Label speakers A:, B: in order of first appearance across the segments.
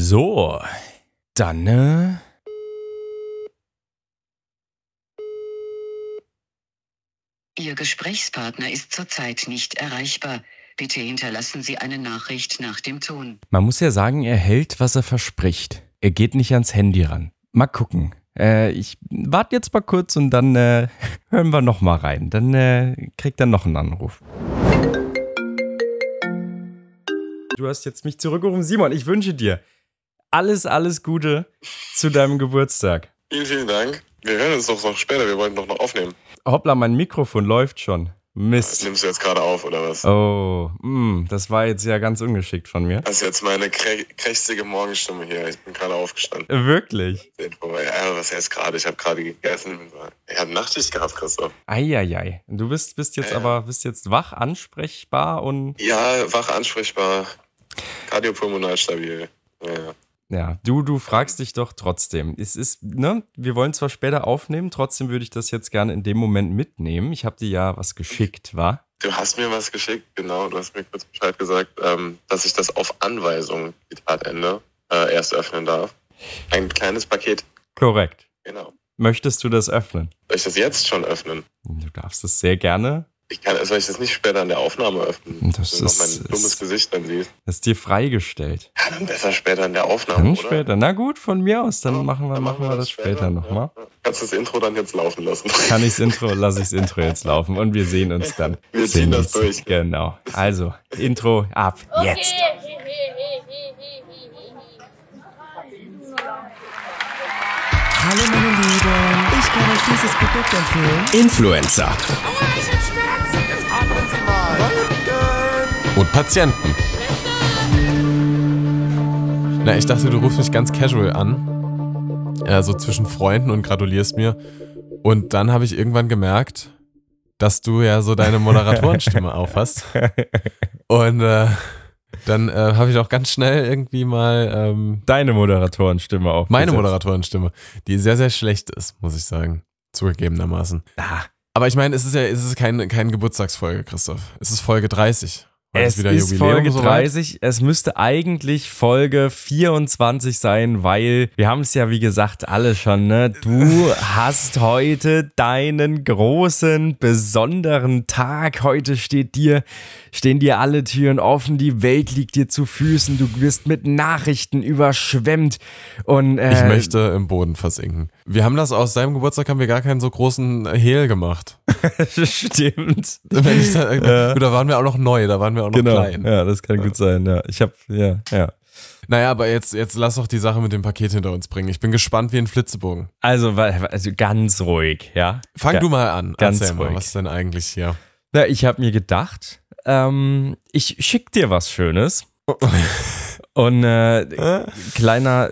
A: So, dann äh,
B: Ihr Gesprächspartner ist zurzeit nicht erreichbar. Bitte hinterlassen Sie eine Nachricht nach dem Ton.
A: Man muss ja sagen, er hält, was er verspricht. Er geht nicht ans Handy ran. Mal gucken. Äh, ich warte jetzt mal kurz und dann äh, hören wir noch mal rein. Dann äh, kriegt er noch einen Anruf. Du hast jetzt mich zurückgerufen, Simon. Ich wünsche dir alles, alles Gute zu deinem Geburtstag.
C: Vielen, vielen Dank. Wir hören uns doch noch später. Wir wollten doch noch aufnehmen.
A: Hoppla, mein Mikrofon läuft schon.
C: Das
A: Mist.
C: nimmst du jetzt gerade auf, oder was?
A: Oh, mh, das war jetzt ja ganz ungeschickt von mir.
C: Das ist jetzt meine krä krächzige Morgenstimme hier. Ich bin gerade aufgestanden.
A: Wirklich.
C: Wobei, Ja, was heißt gerade? Ich habe gerade gegessen. Ich habe Nachtschicht gehabt, Christoph.
A: Eieiei. Du bist, bist jetzt
C: Ja.
A: aber bist jetzt wach, ansprechbar und
C: Ja, wach, ansprechbar. Kardiopulmonal stabil. Ja.
A: ja, du, du fragst dich doch trotzdem. Es ist, ne, wir wollen zwar später aufnehmen, trotzdem würde ich das jetzt gerne in dem Moment mitnehmen. Ich habe dir ja was geschickt, wa?
C: Du hast mir was geschickt, genau. Du hast mir kurz Bescheid gesagt, ähm, dass ich das auf Anweisung, Zitat Ende, äh, erst öffnen darf. Ein kleines Paket.
A: Korrekt.
C: Genau.
A: Möchtest du das öffnen?
C: Soll ich das jetzt schon öffnen?
A: Du darfst es sehr gerne.
C: Ich kann, soll ich das nicht später in der Aufnahme öffnen?
A: Das
C: Wenn du
A: ist-
C: noch mein dummes
A: ist-
C: Gesicht dann siehst.
A: Das ist dir freigestellt.
C: Ja, dann besser später in der Aufnahme,
A: Dann
C: oder?
A: später. Na gut, von mir aus, dann
C: Ja,
A: machen wir, machen wir das später nochmal.
C: Ja. Kannst du das Intro dann jetzt laufen lassen?
A: Kann ich's Intro, lass ich's Intro jetzt laufen und wir sehen uns dann.
C: Wir
A: Sehen
C: ziehen das
A: uns.
C: durch.
A: Genau. Also, Intro ab jetzt.
D: Hallo meine Lieben, ich kann euch dieses Produkt empfehlen.
E: Influencer und Patienten. Na, ich dachte, du rufst mich ganz casual an. Ja, so zwischen Freunden und gratulierst mir. Und dann habe ich irgendwann gemerkt, dass du ja so deine Moderatorenstimme auf hast. Und äh, dann äh, habe ich auch ganz schnell irgendwie mal ähm,
A: Deine Moderatorenstimme auf.
E: meine Moderatorenstimme, die sehr, sehr schlecht ist, muss ich sagen. Zugegebenermaßen.
A: Ah,
E: Aber ich meine, es ist ja es ist keine, keine Geburtstagsfolge, Christoph. Es ist Folge 30. Heute
A: Es ist Folge
E: soweit.
A: 30. Es müsste eigentlich Folge 24 sein, weil wir haben es ja wie gesagt alle schon, ne? Du hast heute deinen großen, besonderen Tag. Heute steht dir, stehen dir alle Türen offen. Die Welt liegt dir zu Füßen. Du wirst mit Nachrichten überschwemmt. Und, äh,
E: Ich möchte im Boden versinken. Wir haben das aus seinem Geburtstag haben wir gar keinen so großen Hehl gemacht.
A: Stimmt.
E: Wenn ich da, Gut, da waren wir auch noch neu, da waren wir auch noch
A: Genau.
E: klein.
A: Ja, das kann gut sein. Ja, ich habe ja, ja.
E: Naja, aber jetzt, jetzt lass doch die Sache mit dem Paket hinter uns bringen. Ich bin gespannt wie ein Flitzebogen.
A: Also, wa- also ganz ruhig, ja.
E: Fang
A: Ja.
E: du mal an.
A: ganz
E: Erzähl mal,
A: ruhig.
E: was ist denn eigentlich hier?
A: Na, ich habe mir gedacht, ähm, ich schick dir was Schönes. Und äh, kleiner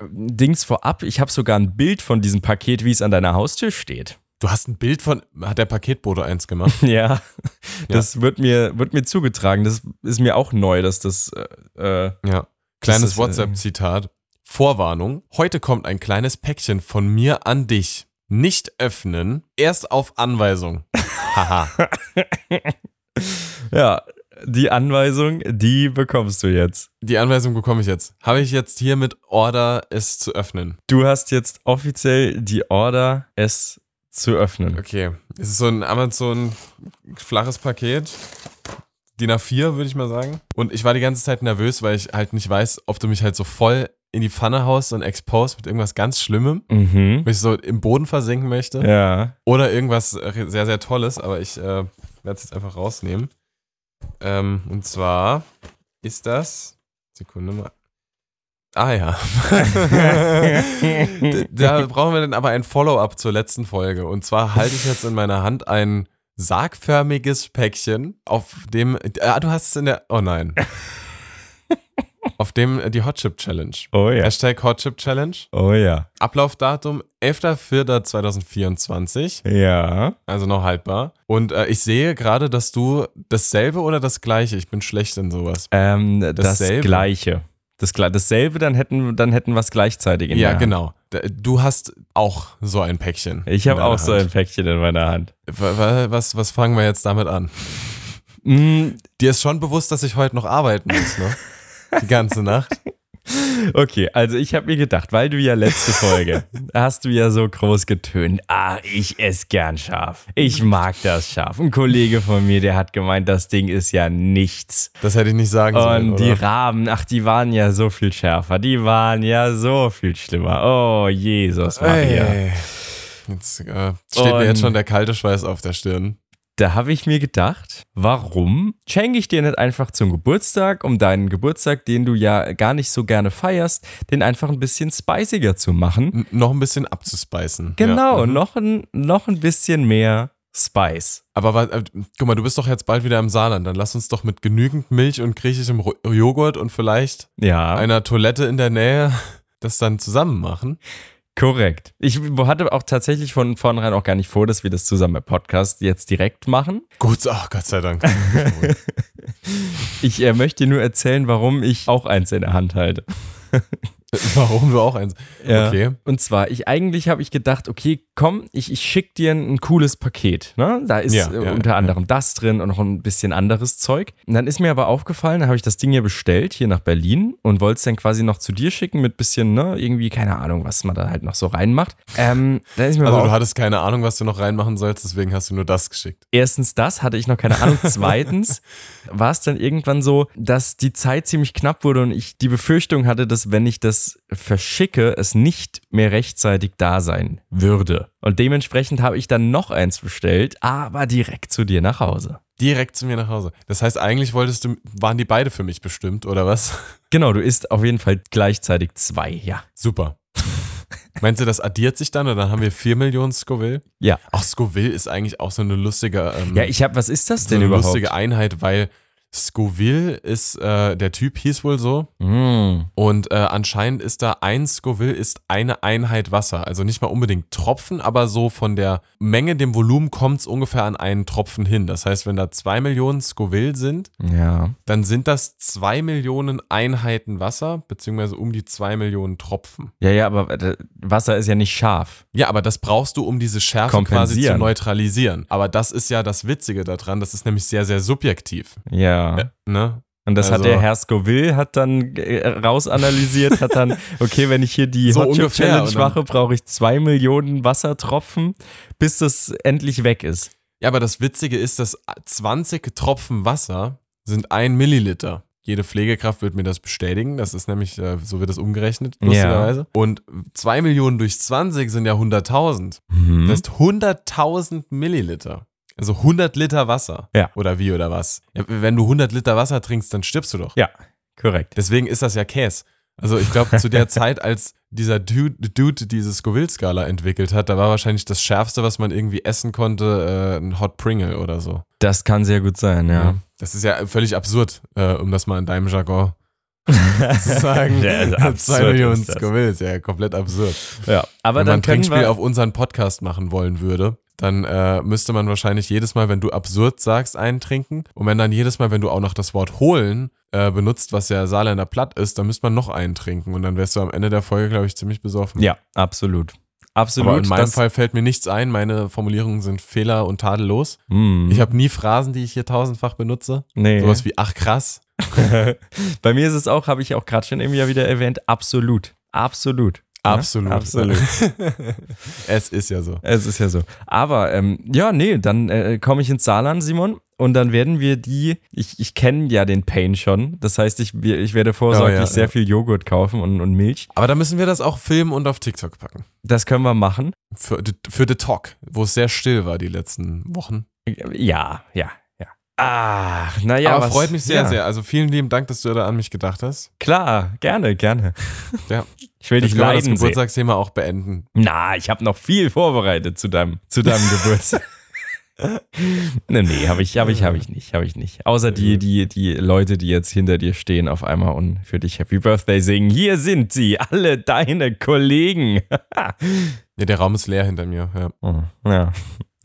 A: Dings vorab, ich habe sogar ein Bild von diesem Paket, wie es an deiner Haustür steht.
E: Du hast ein Bild von. Hat der Paketbote eins gemacht?
A: Ja, das Wird, mir, wird mir zugetragen. Das ist mir auch neu, dass das. Äh, äh,
E: Ja.
A: Das ist,
E: Kleines
A: äh,
E: WhatsApp-Zitat. Vorwarnung. Heute kommt ein kleines Päckchen von mir an dich. Nicht öffnen. Erst auf Anweisung. Haha.
A: ja, die Anweisung, die bekommst du jetzt.
E: Die Anweisung bekomme ich jetzt. Habe ich jetzt hier mit Order, es zu öffnen.
A: Du hast jetzt offiziell die Order, es zu öffnen.
E: Okay. Es ist so ein Amazon flaches Paket. DIN A4, würde ich mal sagen. Und ich war die ganze Zeit nervös, weil ich halt nicht weiß, ob du mich halt so voll in die Pfanne haust und exposed mit irgendwas ganz Schlimmem,
A: Mhm.
E: wo ich so im Boden versinken möchte.
A: Ja.
E: Oder irgendwas äh, sehr, sehr Tolles, aber ich äh, werde es jetzt einfach rausnehmen. Ähm, und zwar ist das. Sekunde mal. Ah ja. D- da brauchen wir dann aber ein Follow-up zur letzten Folge. Und zwar halte ich jetzt in meiner Hand ein sargförmiges Päckchen, auf dem. Ah, du hast es in der. Oh nein. auf dem äh, die Hot Chip Challenge.
A: Oh ja.
E: Hashtag Hot Chip Challenge.
A: Oh ja.
E: Ablaufdatum 11.04.2024.
A: Ja.
E: Also noch haltbar. Und äh, ich sehe gerade, dass du dasselbe oder das gleiche. Ich bin schlecht in sowas.
A: Ähm, das
E: Dasselbe.
A: Gleiche. Das, Gle- dasselbe, dann hätten, dann hätten wir es gleichzeitig in der
E: ja,
A: Hand.
E: genau. D- Du hast auch so ein Päckchen.
A: Ich
E: in
A: habe
E: deiner
A: auch so ein
E: Hand.
A: Päckchen in meiner Hand.
E: Wa- wa- Was, was fangen wir jetzt damit an?
A: Mm,
E: Mm. Dir ist schon bewusst, dass ich heute noch arbeiten muss, ne? Die ganze Nacht.
A: Okay, also ich habe mir gedacht, weil du ja letzte Folge hast du ja so groß getönt. Ah, ich esse gern scharf. Ich mag das scharf. Ein Kollege von mir, der hat gemeint, das Ding ist ja nichts.
E: Das hätte ich nicht sagen sollen.
A: Und die
E: oder?
A: Raben, ach, die waren ja so viel schärfer. Die waren ja so viel schlimmer. Oh, Jesus Maria.
E: Ey. Jetzt äh, steht mir
A: Und-
E: jetzt schon der kalte Schweiß auf der Stirn.
A: Da habe ich mir gedacht, warum schenke ich dir nicht einfach zum Geburtstag, um deinen Geburtstag, den du ja gar nicht so gerne feierst, den einfach ein bisschen spiciger zu machen?
E: N noch ein bisschen abzuspeisen.
A: Genau,
E: Ja. mhm.
A: noch, ein, noch ein bisschen mehr Spice.
E: Aber wa- äh, guck mal, du bist doch jetzt bald wieder im Saarland. Dann lass uns doch mit genügend Milch und griechischem Ro Joghurt und vielleicht
A: Ja,
E: einer Toilette in der Nähe das dann zusammen machen.
A: korrekt. Ich hatte auch tatsächlich von vornherein auch gar nicht vor, dass wir das zusammen im Podcast jetzt direkt machen.
E: Gut, ach Gott sei Dank.
A: Ich äh, möchte dir nur erzählen, warum ich auch eins in der Hand halte.
E: Warum du auch eins? Okay.
A: Und zwar, ich eigentlich habe ich gedacht, okay, komm, ich, ich schicke dir ein, ein cooles Paket. Ne? Da ist
E: Ja,
A: äh,
E: ja,
A: unter
E: ja.
A: anderem das drin und noch ein bisschen anderes Zeug. Und dann ist mir aber aufgefallen, da habe ich das Ding hier bestellt, hier nach Berlin und wollte es dann quasi noch zu dir schicken mit bisschen, ne, irgendwie, keine Ahnung, was man da halt noch so reinmacht. Ähm, dann ist mir
E: Also
A: aber
E: du
A: auch,
E: hattest keine Ahnung, was du noch reinmachen sollst, deswegen hast du nur das geschickt.
A: erstens das, hatte ich noch keine Ahnung. Zweitens war es dann irgendwann so, dass die Zeit ziemlich knapp wurde und ich die Befürchtung hatte, dass wenn ich das verschicke, es nicht mehr rechtzeitig da sein würde. Und dementsprechend habe ich dann noch eins bestellt, aber direkt zu dir nach Hause.
E: Direkt zu mir nach Hause. Das heißt, eigentlich wolltest du, waren die beide für mich bestimmt, oder was?
A: Genau, du isst auf jeden Fall gleichzeitig zwei, ja.
E: Super. Meinst du, das addiert sich dann oder dann haben wir 4 Millionen Scoville?
A: Ja.
E: Auch Scoville ist eigentlich auch so eine lustige, ähm,
A: Ja, ich habe, was ist das
E: so
A: denn
E: eine
A: überhaupt?
E: lustige Einheit, weil Scoville ist, äh, der Typ hieß wohl so
A: Mm.
E: und äh, anscheinend ist da ein Scoville ist eine Einheit Wasser. Also nicht mal unbedingt Tropfen, aber so von der Menge, dem Volumen kommt es ungefähr an einen Tropfen hin. Das heißt, wenn da 2 Millionen Scoville sind,
A: Ja.
E: dann sind das 2 Millionen Einheiten Wasser, beziehungsweise um die 2 Millionen Tropfen.
A: Ja, ja, aber äh, Wasser ist ja nicht scharf.
E: Ja, aber das brauchst du, um diese Schärfe quasi zu
A: Kompensieren.
E: neutralisieren. Aber das ist ja das Witzige daran, das ist nämlich sehr, sehr subjektiv.
A: Ja.
E: Ne?
A: Und das hat
E: Also-
A: der Herr Scoville, hat dann äh, rausanalysiert, hat dann, okay, wenn ich hier die
E: So
A: Hot Chip
E: ungefähr,
A: Challenge
E: und dann-
A: mache, brauche ich zwei Millionen Wassertropfen, bis das endlich weg ist.
E: Ja, aber das Witzige ist, dass 20 Tropfen Wasser sind ein Milliliter. Jede Pflegekraft wird mir das bestätigen. Das ist nämlich, äh, so wird das umgerechnet,
A: Ja.
E: lustigerweise. Und 2 Millionen durch 20 sind ja 100.000.
A: Mhm.
E: Das ist 100.000 Milliliter. Also 100 Liter Wasser.
A: Ja.
E: Oder wie oder was? Ja, wenn du 100 Liter Wasser trinkst, dann stirbst du doch.
A: Ja, korrekt.
E: Deswegen ist das ja Käse. Also ich glaube, zu der Zeit, als dieser Dude, Dude diese Scoville-Skala entwickelt hat, da war wahrscheinlich das Schärfste, was man irgendwie essen konnte, äh, ein Hot Pringle oder so.
A: Das kann sehr gut sein, ja.
E: Das ist ja völlig absurd, äh, um das mal in deinem Jargon zu sagen.
A: Ja, also absurd
E: Zwei Millionen
A: ist das.
E: Scoville ist ja komplett absurd.
A: ja. Aber dann
E: wenn man ein
A: können
E: Trinkspiel
A: wir,
E: auf unseren Podcast machen wollen würde, dann äh, müsste man wahrscheinlich jedes Mal, wenn du absurd sagst, einen trinken. Und wenn dann jedes Mal, wenn du auch noch das Wort holen äh, benutzt, was ja Saarländer platt ist, dann müsste man noch einen trinken. Und dann wärst du am Ende der Folge, glaube ich, ziemlich besoffen.
A: ja, absolut. Absolut.
E: Aber in meinem
A: das-
E: Fall fällt mir nichts ein. Meine Formulierungen sind fehler- und tadellos.
A: Hm,
E: Ich habe nie Phrasen, die ich hier tausendfach benutze.
A: nee.
E: Sowas wie, ach krass.
A: Bei mir ist es auch, habe ich auch gerade schon eben ja wieder erwähnt, absolut. Absolut. Ja?
E: Absolut.
A: Absolut.
E: es ist ja so.
A: Es ist ja so. Aber ähm, ja, nee, dann äh, komme ich ins Saarland, Simon, und dann werden wir die, ich, ich kenne ja den Pain schon, das heißt, ich, wir- ich werde vorsorglich
E: Oh ja,
A: sehr
E: ja.
A: viel Joghurt kaufen und, und Milch.
E: Aber da müssen wir das auch filmen und auf TikTok packen.
A: Das können wir machen.
E: Für, für The Talk, wo es sehr still war die letzten Wochen.
A: Ja, ja, ja. Ach, naja.
E: Aber freut mich sehr, sehr. Also vielen lieben Dank, dass du da an mich gedacht hast.
A: Klar, gerne, gerne.
E: Ja.
A: Ich will dich
E: können wir das
A: leiden sehen.
E: Geburtstagsthema auch beenden.
A: Na, ich habe noch viel vorbereitet zu deinem, zu deinem Geburtstag. nee, nee, habe ich, hab ich, hab ich nicht, habe ich nicht. Außer die, die, die Leute, die jetzt hinter dir stehen auf einmal und für dich Happy Birthday singen. Hier sind sie, alle deine Kollegen.
E: Ja, der Raum ist leer hinter mir. Ja.
A: Oh, ja,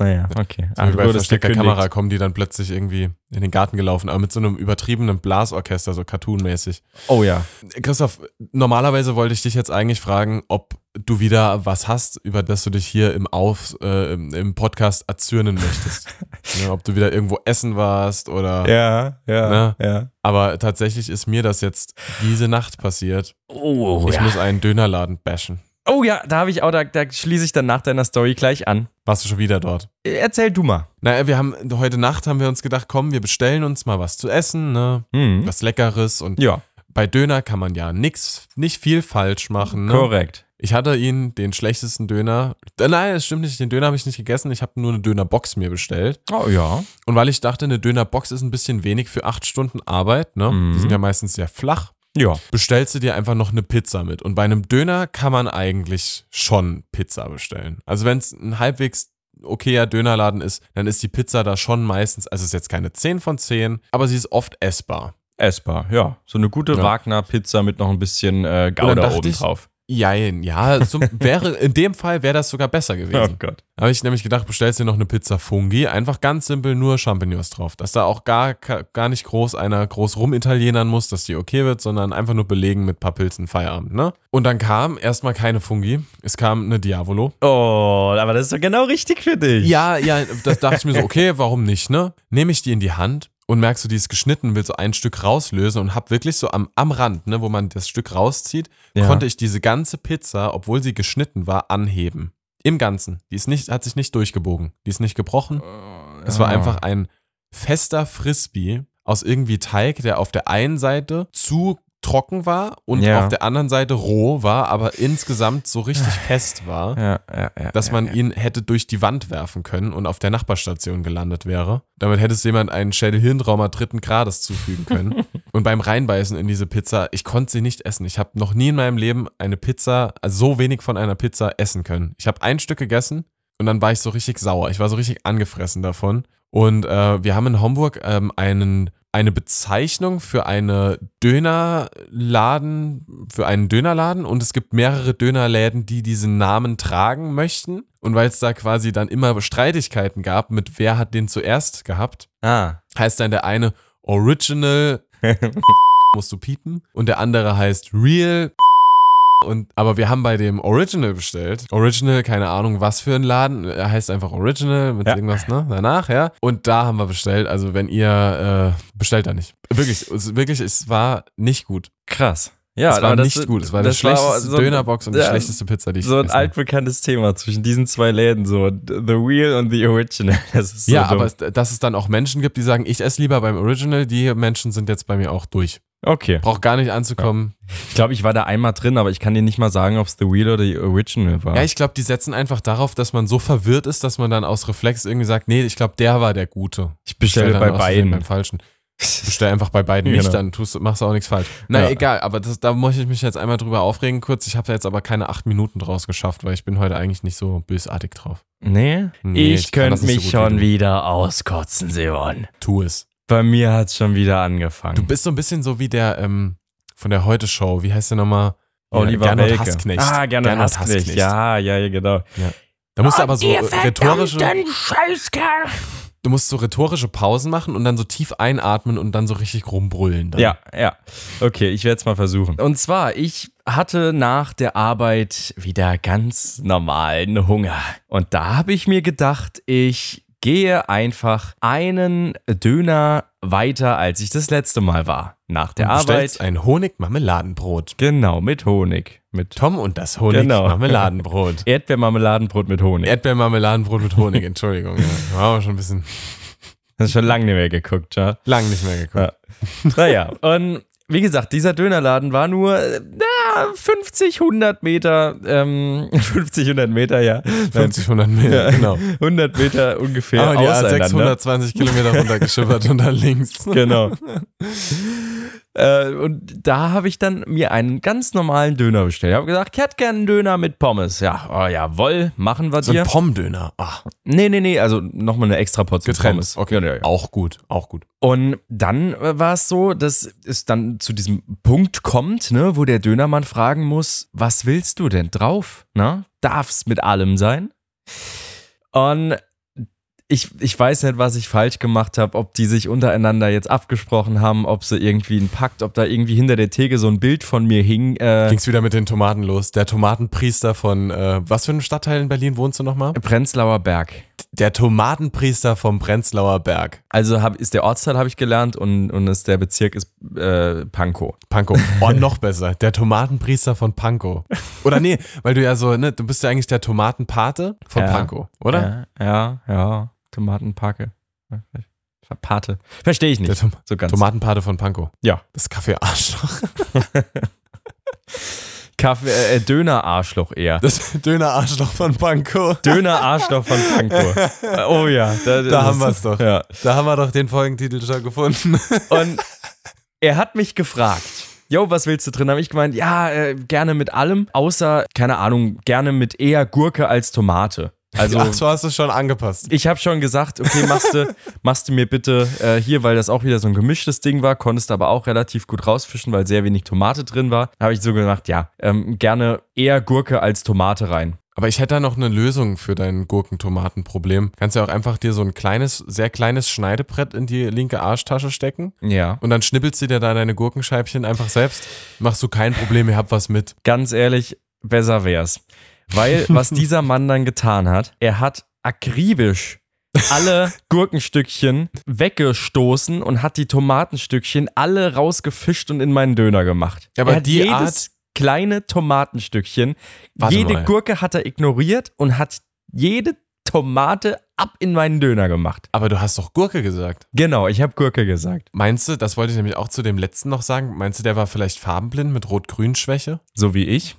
A: naja, okay.
E: So wie
A: Ah,
E: bei
A: wurdest
E: versteckter
A: gekündigt.
E: Kamera kommen die dann plötzlich irgendwie in den Garten gelaufen, aber mit so einem übertriebenen Blasorchester, so cartoonmäßig.
A: Oh ja.
E: Christoph, normalerweise wollte ich dich jetzt eigentlich fragen, ob du wieder was hast, über das du dich hier im, Auf, äh, im, im Podcast erzürnen möchtest. ne, ob du wieder irgendwo essen warst oder.
A: Ja,
E: Ne?
A: ja.
E: Aber tatsächlich ist mir das jetzt diese Nacht passiert.
A: Oh,
E: ich
A: ja.
E: muss einen Dönerladen bashen.
A: Oh ja, da habe ich auch, da, da schließe ich dann nach deiner Story gleich an.
E: Warst du schon wieder dort?
A: Erzähl du mal.
E: Naja, wir haben heute Nacht haben wir uns gedacht, komm, wir bestellen uns mal was zu essen, ne?
A: Hm.
E: Was Leckeres. Und
A: Ja,
E: bei Döner kann man ja nix, nicht viel falsch machen. Ne?
A: korrekt.
E: Ich hatte ihn, den schlechtesten Döner. Äh, Nein, das stimmt nicht. Den Döner habe ich nicht gegessen. Ich habe nur eine Dönerbox mir bestellt.
A: Oh ja.
E: Und weil ich dachte, eine Dönerbox ist ein bisschen wenig für acht Stunden Arbeit, ne?
A: Mhm.
E: Die sind ja meistens sehr flach.
A: Ja.
E: Bestellst du dir einfach noch eine Pizza mit. Und bei einem Döner kann man eigentlich schon Pizza bestellen. Also wenn es ein halbwegs okayer Dönerladen ist, dann ist die Pizza da schon meistens, also es ist jetzt keine 10 von 10, aber sie ist oft essbar.
A: Essbar, ja. So eine gute
E: Ja.
A: Wagner-Pizza mit noch ein bisschen äh,
E: Und dann
A: Gouda
E: dachte
A: oben
E: ich-
A: drauf.
E: Jein, ja, so wäre, in dem Fall wäre das sogar besser gewesen.
A: Oh Gott.
E: Habe ich nämlich gedacht, bestellst dir noch eine Pizza Fungi, einfach ganz simpel nur Champignons drauf. Dass da auch gar, ka- gar nicht groß einer groß rumitalienern muss, dass die okay wird, sondern einfach nur belegen mit paar Pilzen Feierabend, ne? Und dann kam erstmal keine Fungi, es kam eine Diavolo.
A: Oh, aber das ist doch genau richtig für dich.
E: Ja, ja, das dachte ich mir so, okay, warum nicht, ne? Nehme ich die in die Hand und merkst du, die ist geschnitten, will so ein Stück rauslösen und hab wirklich so am, am Rand, ne, wo man das Stück rauszieht,
A: Ja.
E: konnte ich diese ganze Pizza, obwohl sie geschnitten war, anheben. Im Ganzen. Die ist nicht, hat sich nicht durchgebogen. Die ist nicht gebrochen.
A: Oh,
E: Es war einfach ein fester Frisbee aus irgendwie Teig, der auf der einen Seite zu trocken war und
A: Ja.
E: auf der anderen Seite roh war, aber insgesamt so richtig fest war
A: Ja, ja, ja.
E: dass
A: ja,
E: man
A: ja.
E: ihn hätte durch die Wand werfen können und auf der Nachbarstation gelandet wäre. Damit hätte es jemand einen Schädelhirntrauma dritten Grades zufügen können. und beim Reinbeißen in diese Pizza, ich konnte sie nicht essen. Ich habe noch nie in meinem Leben eine Pizza, also so wenig von einer Pizza essen können. Ich habe ein Stück gegessen und dann war ich so richtig sauer. Ich war so richtig angefressen davon. Und äh, wir haben in Homburg ähm, einen, eine Bezeichnung für eine Dönerladen, für einen Dönerladen und es gibt mehrere Dönerläden, die diesen Namen tragen möchten. Und weil es da quasi dann immer Streitigkeiten gab, mit wer hat den zuerst gehabt,
A: Ah.
E: heißt dann der eine Original, musst du piepen, und der andere heißt Real. Und, aber wir haben bei dem Original bestellt. Original, keine Ahnung, was für ein Laden. Er heißt einfach Original mit
A: Ja.
E: irgendwas ne? danach, ja. Und da haben wir bestellt. Also, wenn ihr äh, bestellt, da nicht. Wirklich, es- wirklich, es war nicht gut.
A: Krass. Ja,
E: es war
A: aber das-
E: nicht gut. Es war die
A: das war
E: schlechteste
A: so-
E: Dönerbox und die
A: ja,
E: schlechteste Pizza, die ich
A: So ein
E: gegessen habe.
A: altbekanntes Thema zwischen diesen zwei Läden, so The Real und The Original. Das ist so
E: Ja,
A: dumm.
E: aber es, dass es dann auch Menschen gibt, die sagen, ich esse lieber beim Original. Die Menschen sind jetzt bei mir auch durch.
A: okay.
E: Braucht gar nicht anzukommen.
A: Ich glaube, ich war da einmal drin, aber ich kann dir nicht mal sagen, ob es The Real oder The Original war.
E: Ja, ich glaube, die setzen einfach darauf, dass man so verwirrt ist, dass man dann aus Reflex irgendwie sagt, nee, ich glaube, der war der Gute.
A: Ich bestelle
E: Bestell
A: bei
E: dann aus Versehen
A: beiden.
E: Beim Falschen. Bestell einfach bei beiden nicht,
A: Genau.
E: dann tust, du- machst du auch nichts falsch. Na,
A: Ja.
E: egal, aber das, da muss ich mich jetzt einmal drüber aufregen kurz. Ich habe da jetzt aber keine acht Minuten draus geschafft, weil ich bin heute eigentlich nicht so bösartig drauf.
A: nee?
E: Nee,
A: ich
E: ich kann das
A: könnte
E: nicht
A: mich
E: so gut wie
A: schon
E: du.
A: wieder auskotzen, Simon.
E: Tu es.
A: Bei mir hat's schon wieder angefangen.
E: Du bist so ein bisschen so wie der ähm, von der Heute-Show, wie heißt der nochmal?
A: Oliver
E: Gernot
A: Welke.
E: Hassknecht.
A: Ah, Gernot,
E: Gernot
A: Hassknecht.
E: Hassknecht.
A: Ja, ja, ja, genau.
E: Da musst du aber
A: äh,
E: so äh, rhetorische. Du musst so rhetorische Pausen machen und dann so tief einatmen und dann so richtig rumbrüllen. Dann.
A: Ja, ja. Okay, ich werde es mal versuchen. Und zwar, ich hatte nach der Arbeit wieder ganz normalen Hunger. Und da habe ich mir gedacht, ich gehe einfach einen Döner weiter, als ich das letzte Mal war. Nach der
E: Du bestellst
A: Arbeit.
E: ein Honigmarmeladenbrot.
A: Genau, mit Honig. Mit
E: Tom und das
A: Genau.
E: Honigmarmeladenbrot.
A: Erdbeermarmeladenbrot mit Honig.
E: Erdbeermarmeladenbrot mit Honig, Entschuldigung. Ja. Da haben wir schon ein bisschen
A: Das ist schon lange nicht mehr geguckt, ja.
E: lang nicht mehr geguckt.
A: Naja, und wie gesagt, dieser Dönerladen war nur äh, na, 50, 100 Meter, ähm, 50, 100 Meter, ja,
E: 50, 100 Meter, genau.
A: 100 Meter ungefähr
E: Aber die A6
A: auseinander.
E: 620 Kilometer runtergeschippert und dann links.
A: Genau. Äh, und da habe ich dann mir einen ganz normalen Döner bestellt. Ich habe gesagt, ich hätte gerne einen Döner mit Pommes. Ja, oh, jawohl, machen wir
E: So
A: dir.
E: ein Pommdöner. Ah,
A: nee, nee, nee, also nochmal eine extra Portion
E: getrennt.
A: Pommes. Ja, ja, ja.
E: Auch gut, auch gut.
A: Und dann äh, war es so, dass es dann zu diesem Punkt kommt, ne, wo der Dönermann fragen muss, was willst du denn drauf? Ne? Darf es mit allem sein? Und ich, ich weiß nicht, was ich falsch gemacht habe, ob die sich untereinander jetzt abgesprochen haben, ob sie irgendwie einen Pakt, ob da irgendwie hinter der Theke so ein Bild von mir hing. Äh,
E: Ging's wieder mit den Tomaten los. Der Tomatenpriester von, äh, was für einem Stadtteil in Berlin wohnst du nochmal?
A: Prenzlauer Berg.
E: Der Tomatenpriester vom Prenzlauer Berg.
A: Also hab, ist der Ortsteil, habe ich gelernt, und, und ist der Bezirk ist äh, Pankow.
E: Pankow. Oh, noch besser. Der Tomatenpriester von Pankow. Oder nee, weil du ja so, ne, du bist ja eigentlich der Tomatenpate von
A: Ja.
E: Pankow, oder?
A: Ja, ja, ja. Tomatenpake. Pate. Verstehe ich
E: Der
A: nicht.
E: Tom
A: So ganz.
E: Tomatenpate von Pankow.
A: ja.
E: Das Kaffee Arschloch.
A: Kaffee, äh, Döner-Arschloch eher.
E: Das Döner Arschloch von Pankow.
A: Döner-Arschloch von Pankow. Äh, oh ja. Da, das-
E: haben wir's doch.
A: Ja.
E: Da haben wir doch den Folgentitel schon gefunden.
A: Und er hat mich gefragt. Jo, was willst du drin? Habe ich gemeint, ja, äh, gerne mit allem, außer, keine Ahnung, gerne mit eher Gurke als Tomate. Also,
E: Ach, so hast du es schon angepasst.
A: ich habe schon gesagt, okay, machst du, machst du mir bitte äh, hier, weil das auch wieder so ein gemischtes Ding war, konntest aber auch relativ gut rausfischen, weil sehr wenig Tomate drin war. Habe ich so gemacht, ja, ähm, gerne eher Gurke als Tomate rein.
E: Aber ich hätte da noch eine Lösung für dein Gurkentomatenproblem. Kannst ja auch einfach dir so ein kleines, sehr kleines Schneidebrett in die linke Arschtasche stecken.
A: Ja.
E: Und dann schnippelst du dir da deine Gurkenscheibchen einfach selbst. Machst du kein Problem, ihr habt was mit.
A: ganz ehrlich, besser wär's. Weil was dieser Mann dann getan hat, er hat akribisch alle Gurkenstückchen weggestoßen und hat die Tomatenstückchen alle rausgefischt und in meinen Döner gemacht.
E: Ja, aber
A: er hat
E: die
A: jedes
E: Art-
A: kleine Tomatenstückchen,
E: Warte
A: jede
E: mal.
A: Gurke hat er ignoriert und hat jede Tomate ab in meinen Döner gemacht.
E: Aber du hast doch Gurke gesagt.
A: Genau, ich habe Gurke gesagt,
E: Meinst du, das wollte ich nämlich auch zu dem letzten noch sagen, meinst du, der war vielleicht farbenblind mit Rot-Grün-Schwäche?
A: so wie ich.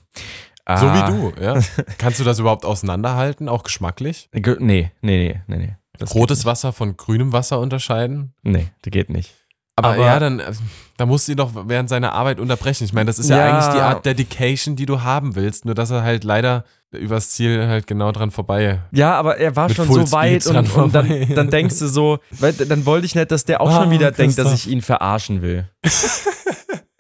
A: Ah.
E: So wie du, ja. Kannst du das überhaupt auseinanderhalten, auch geschmacklich?
A: du. Nee, nee, nee, nee, nee. Das
E: Rotes Wasser von grünem Wasser unterscheiden?
A: geht, nee, das geht nicht.
E: Aber,
A: Aber-
E: ja, dann äh, da musst du ihn doch während seiner Arbeit unterbrechen. Ich meine, das ist ja,
A: Ja.
E: eigentlich die Art Dedication, die du haben willst, nur dass er halt leider übers Ziel halt genau dran vorbei.
A: Ja, aber er war
E: Mit
A: schon
E: Full
A: so weit und,
E: Speed dran
A: und dann,
E: vorbei.
A: dann denkst du so, weil, dann wollte ich nicht, dass der auch schon
E: Ah,
A: wieder denkt, dass
E: Christoph.
A: ich ihn verarschen will.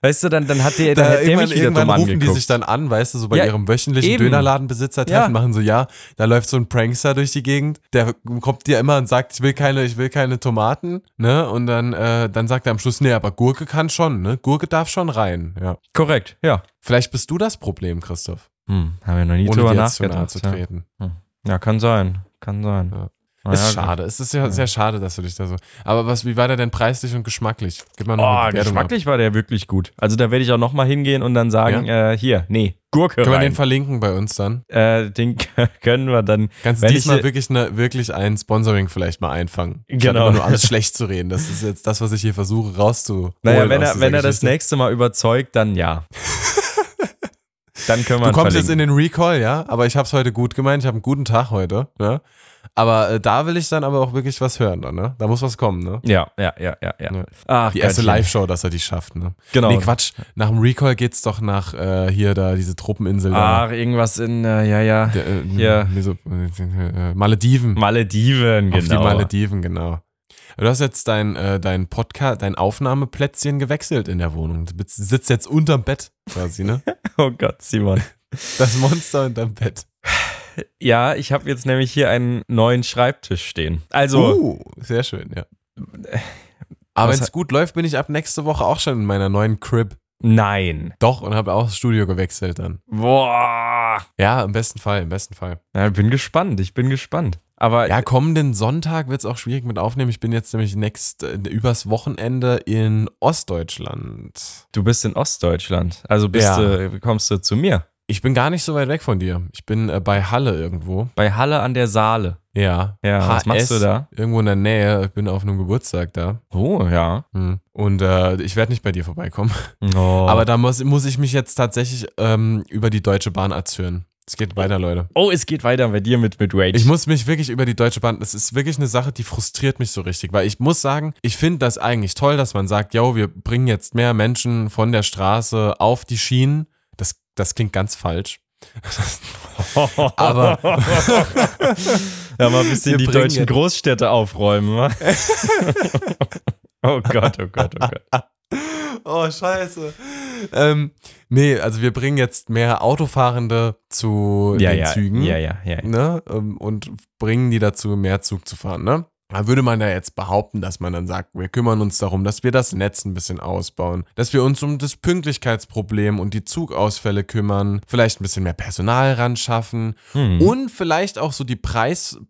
A: weißt du, dann, dann hat der, dann
E: Äh, Da
A: hat der
E: irgendwann
A: mich wieder
E: irgendwann
A: dumm
E: rufen
A: angeguckt.
E: die sich dann an, weißt du, so bei
A: Ja,
E: ihrem wöchentlichen
A: eben.
E: Dönerladenbesitzer treffen,
A: Ja.
E: machen so, ja, da läuft so ein Prankster durch die Gegend, der kommt dir immer und sagt, ich will keine, ich will keine Tomaten, ne? Und dann, äh, dann sagt er am Schluss, nee, aber Gurke kann schon, ne? Gurke darf schon rein, ja.
A: Korrekt, ja.
E: Vielleicht bist du das Problem, Christoph.
A: Hm, haben wir noch nie
E: Ohne
A: drüber
E: dir jetzt zu nahe
A: nachgedacht.
E: zu
A: Ja.
E: treten.
A: ja, kann sein. Kann sein.
E: Ja.
A: Na ja,
E: ist schade. Es ist ja, sehr schade, dass du dich da so. Aber was, wie war der denn preislich und geschmacklich? Gib mal noch
A: Oh,
E: eine Bewertung ab.
A: geschmacklich war der wirklich gut. Also da werde ich auch nochmal hingehen und dann sagen, äh, hier, nee, Gurke
E: Können wir
A: rein.
E: den verlinken bei uns dann?
A: Den, äh, den können wir dann.
E: Kannst du
A: Wenn
E: diesmal
A: ich-
E: wirklich, eine, wirklich ein Sponsoring vielleicht mal einfangen? Statt
A: Genau.
E: immer Nur alles schlecht zu reden. Das ist jetzt das, was ich hier versuche rauszuholen.
A: Naja, wenn
E: aus
A: er,
E: dieser
A: wenn er das
E: Geschichte.
A: nächste Mal überzeugt, dann ja. dann können wir
E: Du
A: ihn
E: kommst
A: verlinken.
E: jetzt in den Recall, ja? Aber ich habe es heute gut gemeint. Ich habe einen guten Tag heute. Ne? Aber äh, da will ich dann aber auch wirklich was hören. Dann, ne? Da muss was kommen, ne?
A: Ja, ja, ja, ja, ja.
E: Ja.
A: Ach,
E: Die erste
A: Gottchen.
E: Live-Show, dass er die schafft, ne?
A: Genau.
E: Nee, Quatsch. Nach dem Recall geht's doch nach äh, hier da, diese Truppeninsel da.
A: Ach, irgendwas in, äh, ja, ja.
E: Der, äh,
A: Ah, Ja.
E: nee, so, äh, äh, Malediven.
A: Malediven,
E: Auf die
A: genau.
E: Malediven, genau. Du hast jetzt dein, äh, dein Podcast, dein Aufnahmeplätzchen gewechselt in der Wohnung. Du bist- sitzt jetzt unterm Bett quasi, ne?
A: Oh Gott, Simon.
E: Das Monster unterm Bett.
A: Ja, ich habe jetzt nämlich hier einen neuen Schreibtisch stehen. Also,
E: Uh, sehr schön, ja. Aber
A: Was
E: wenn es gut läuft, bin ich ab nächste Woche auch schon in meiner neuen Crib.
A: nein.
E: Doch, und habe auch das Studio gewechselt dann.
A: Boah.
E: Ja, im besten Fall, im besten Fall.
A: Ja, bin gespannt, ich bin gespannt. Aber
E: Ja, kommenden Sonntag wird es auch schwierig mit aufnehmen. Ich bin jetzt nämlich nächst, äh, übers Wochenende in Ostdeutschland.
A: du bist in Ostdeutschland. Also bist
E: Ja.
A: du, kommst du zu mir.
E: Ich bin gar nicht so weit weg von dir. Ich bin äh, bei Halle irgendwo.
A: Bei Halle an der Saale.
E: Ja.
A: Ja, was machst du da?
E: Irgendwo in der Nähe. Ich bin auf einem Geburtstag da.
A: Oh, ja.
E: Hm. Und äh, ich werde nicht bei dir vorbeikommen.
A: Oh.
E: Aber da muss, muss ich mich jetzt tatsächlich ähm, über die Deutsche Bahn erzürnen. Es geht weiter, Leute.
A: oh, es geht weiter bei dir mit, mit Rage.
E: Ich muss mich wirklich über die Deutsche Bahn, das ist wirklich eine Sache, die frustriert mich so richtig, weil ich muss sagen, ich finde das eigentlich toll, dass man sagt, yo, wir bringen jetzt mehr Menschen von der Straße auf die Schienen. Das, das klingt ganz falsch. Aber-
A: ja, mal ein bisschen
E: Wir
A: die
E: bringen
A: deutschen
E: jetzt-
A: Großstädte aufräumen. wa? oh Gott, oh Gott, oh Gott.
E: Oh, scheiße. Ähm, nee, also wir bringen jetzt mehr Autofahrende zu
A: Ja,
E: den
A: ja,
E: Zügen.
A: ja, ja, ja.
E: Ne? Ähm, Und bringen die dazu, mehr Zug zu fahren, ne? Da würde man ja jetzt behaupten, dass man dann sagt, wir kümmern uns darum, dass wir das Netz ein bisschen ausbauen, dass wir uns um das Pünktlichkeitsproblem und die Zugausfälle kümmern, vielleicht ein bisschen mehr Personal ran schaffen
A: Hm.
E: und vielleicht auch so die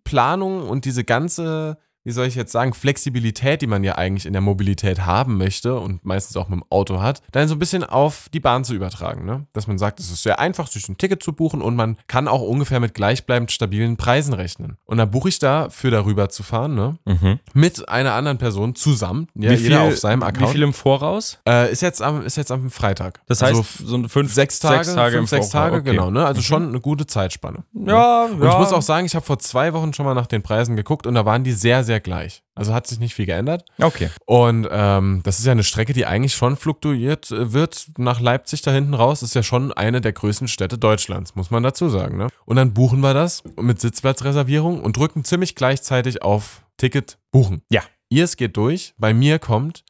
E: Preisplanung und diese ganze, wie soll ich jetzt sagen, Flexibilität, die man ja eigentlich in der Mobilität haben möchte und meistens auch mit dem Auto hat, dann so ein bisschen auf die Bahn zu übertragen. Ne? Dass man sagt, es ist sehr einfach, sich ein Ticket zu buchen und man kann auch ungefähr mit gleichbleibend stabilen Preisen rechnen. Und dann buche ich da, für darüber zu fahren, ne?
A: Mhm.
E: mit einer anderen Person zusammen, ja,
A: Wie viel-
E: jeder auf seinem Account.
A: Wie viel im Voraus?
E: Äh, ist, jetzt am, ist jetzt am Freitag.
A: Das heißt,
E: also f-
A: so fünf,
E: sechs Tage,
A: im
E: fünf,
A: Voraus.
E: sechs Tage,
A: Okay. Mhm.
E: genau. Ne? Also schon eine gute Zeitspanne.
A: Ja,
E: Und
A: ja.
E: ich muss auch sagen, ich habe vor zwei Wochen schon mal nach den Preisen geguckt und da waren die sehr, sehr gleich. Also hat sich nicht viel geändert.
A: Okay.
E: Und ähm, das ist ja eine Strecke, die eigentlich schon fluktuiert äh, wird nach Leipzig da hinten raus. Ist ja schon eine der größten Städte Deutschlands, muss man dazu sagen. Ne? Und dann buchen wir das mit Sitzplatzreservierung und drücken ziemlich gleichzeitig auf Ticket buchen.
A: Ja.
E: Ihr es geht durch, bei mir kommt,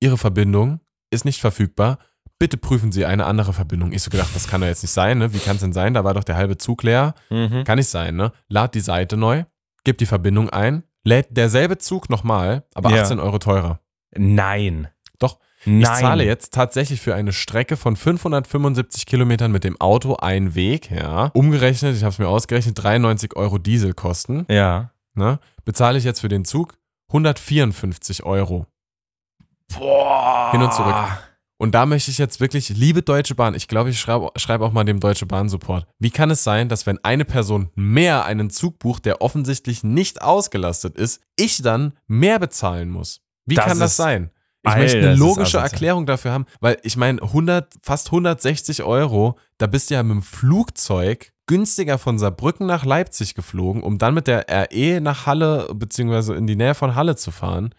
E: Ihre Verbindung ist nicht verfügbar. Bitte prüfen Sie eine andere Verbindung. Ich so gedacht, das kann doch jetzt nicht sein, ne? Wie kann es denn sein? Da war doch der halbe Zug leer.
A: Mhm.
E: Kann nicht sein, ne? Lad die Seite neu, gib die Verbindung ein, lädt derselbe Zug nochmal, aber
A: Ja.
E: 18 Euro teurer.
A: Nein.
E: Doch.
A: Nein.
E: Ich zahle jetzt tatsächlich für eine Strecke von 575 Kilometern mit dem Auto einen Weg, ja. Umgerechnet, ich habe es mir ausgerechnet, 93 Euro Dieselkosten,
A: Ja.
E: ne? Bezahle ich jetzt für den Zug 154 Euro.
A: Boah.
E: Hin und zurück. Und da möchte ich jetzt wirklich, liebe Deutsche Bahn, ich glaube, ich schreibe schreib auch mal dem Deutsche Bahn Support. Wie kann es sein, dass wenn eine Person mehr einen Zug bucht, der offensichtlich nicht ausgelastet ist, ich dann mehr bezahlen muss? Wie
A: Das
E: kann
A: ist-
E: das sein? Ich
A: Alter,
E: möchte eine
A: das ist
E: logische
A: asozial.
E: Erklärung dafür haben, weil ich meine, 100, fast 160 Euro, da bist du ja mit dem Flugzeug günstiger von Saarbrücken nach Leipzig geflogen, um dann mit der RE nach Halle, beziehungsweise in die Nähe von Halle zu fahren,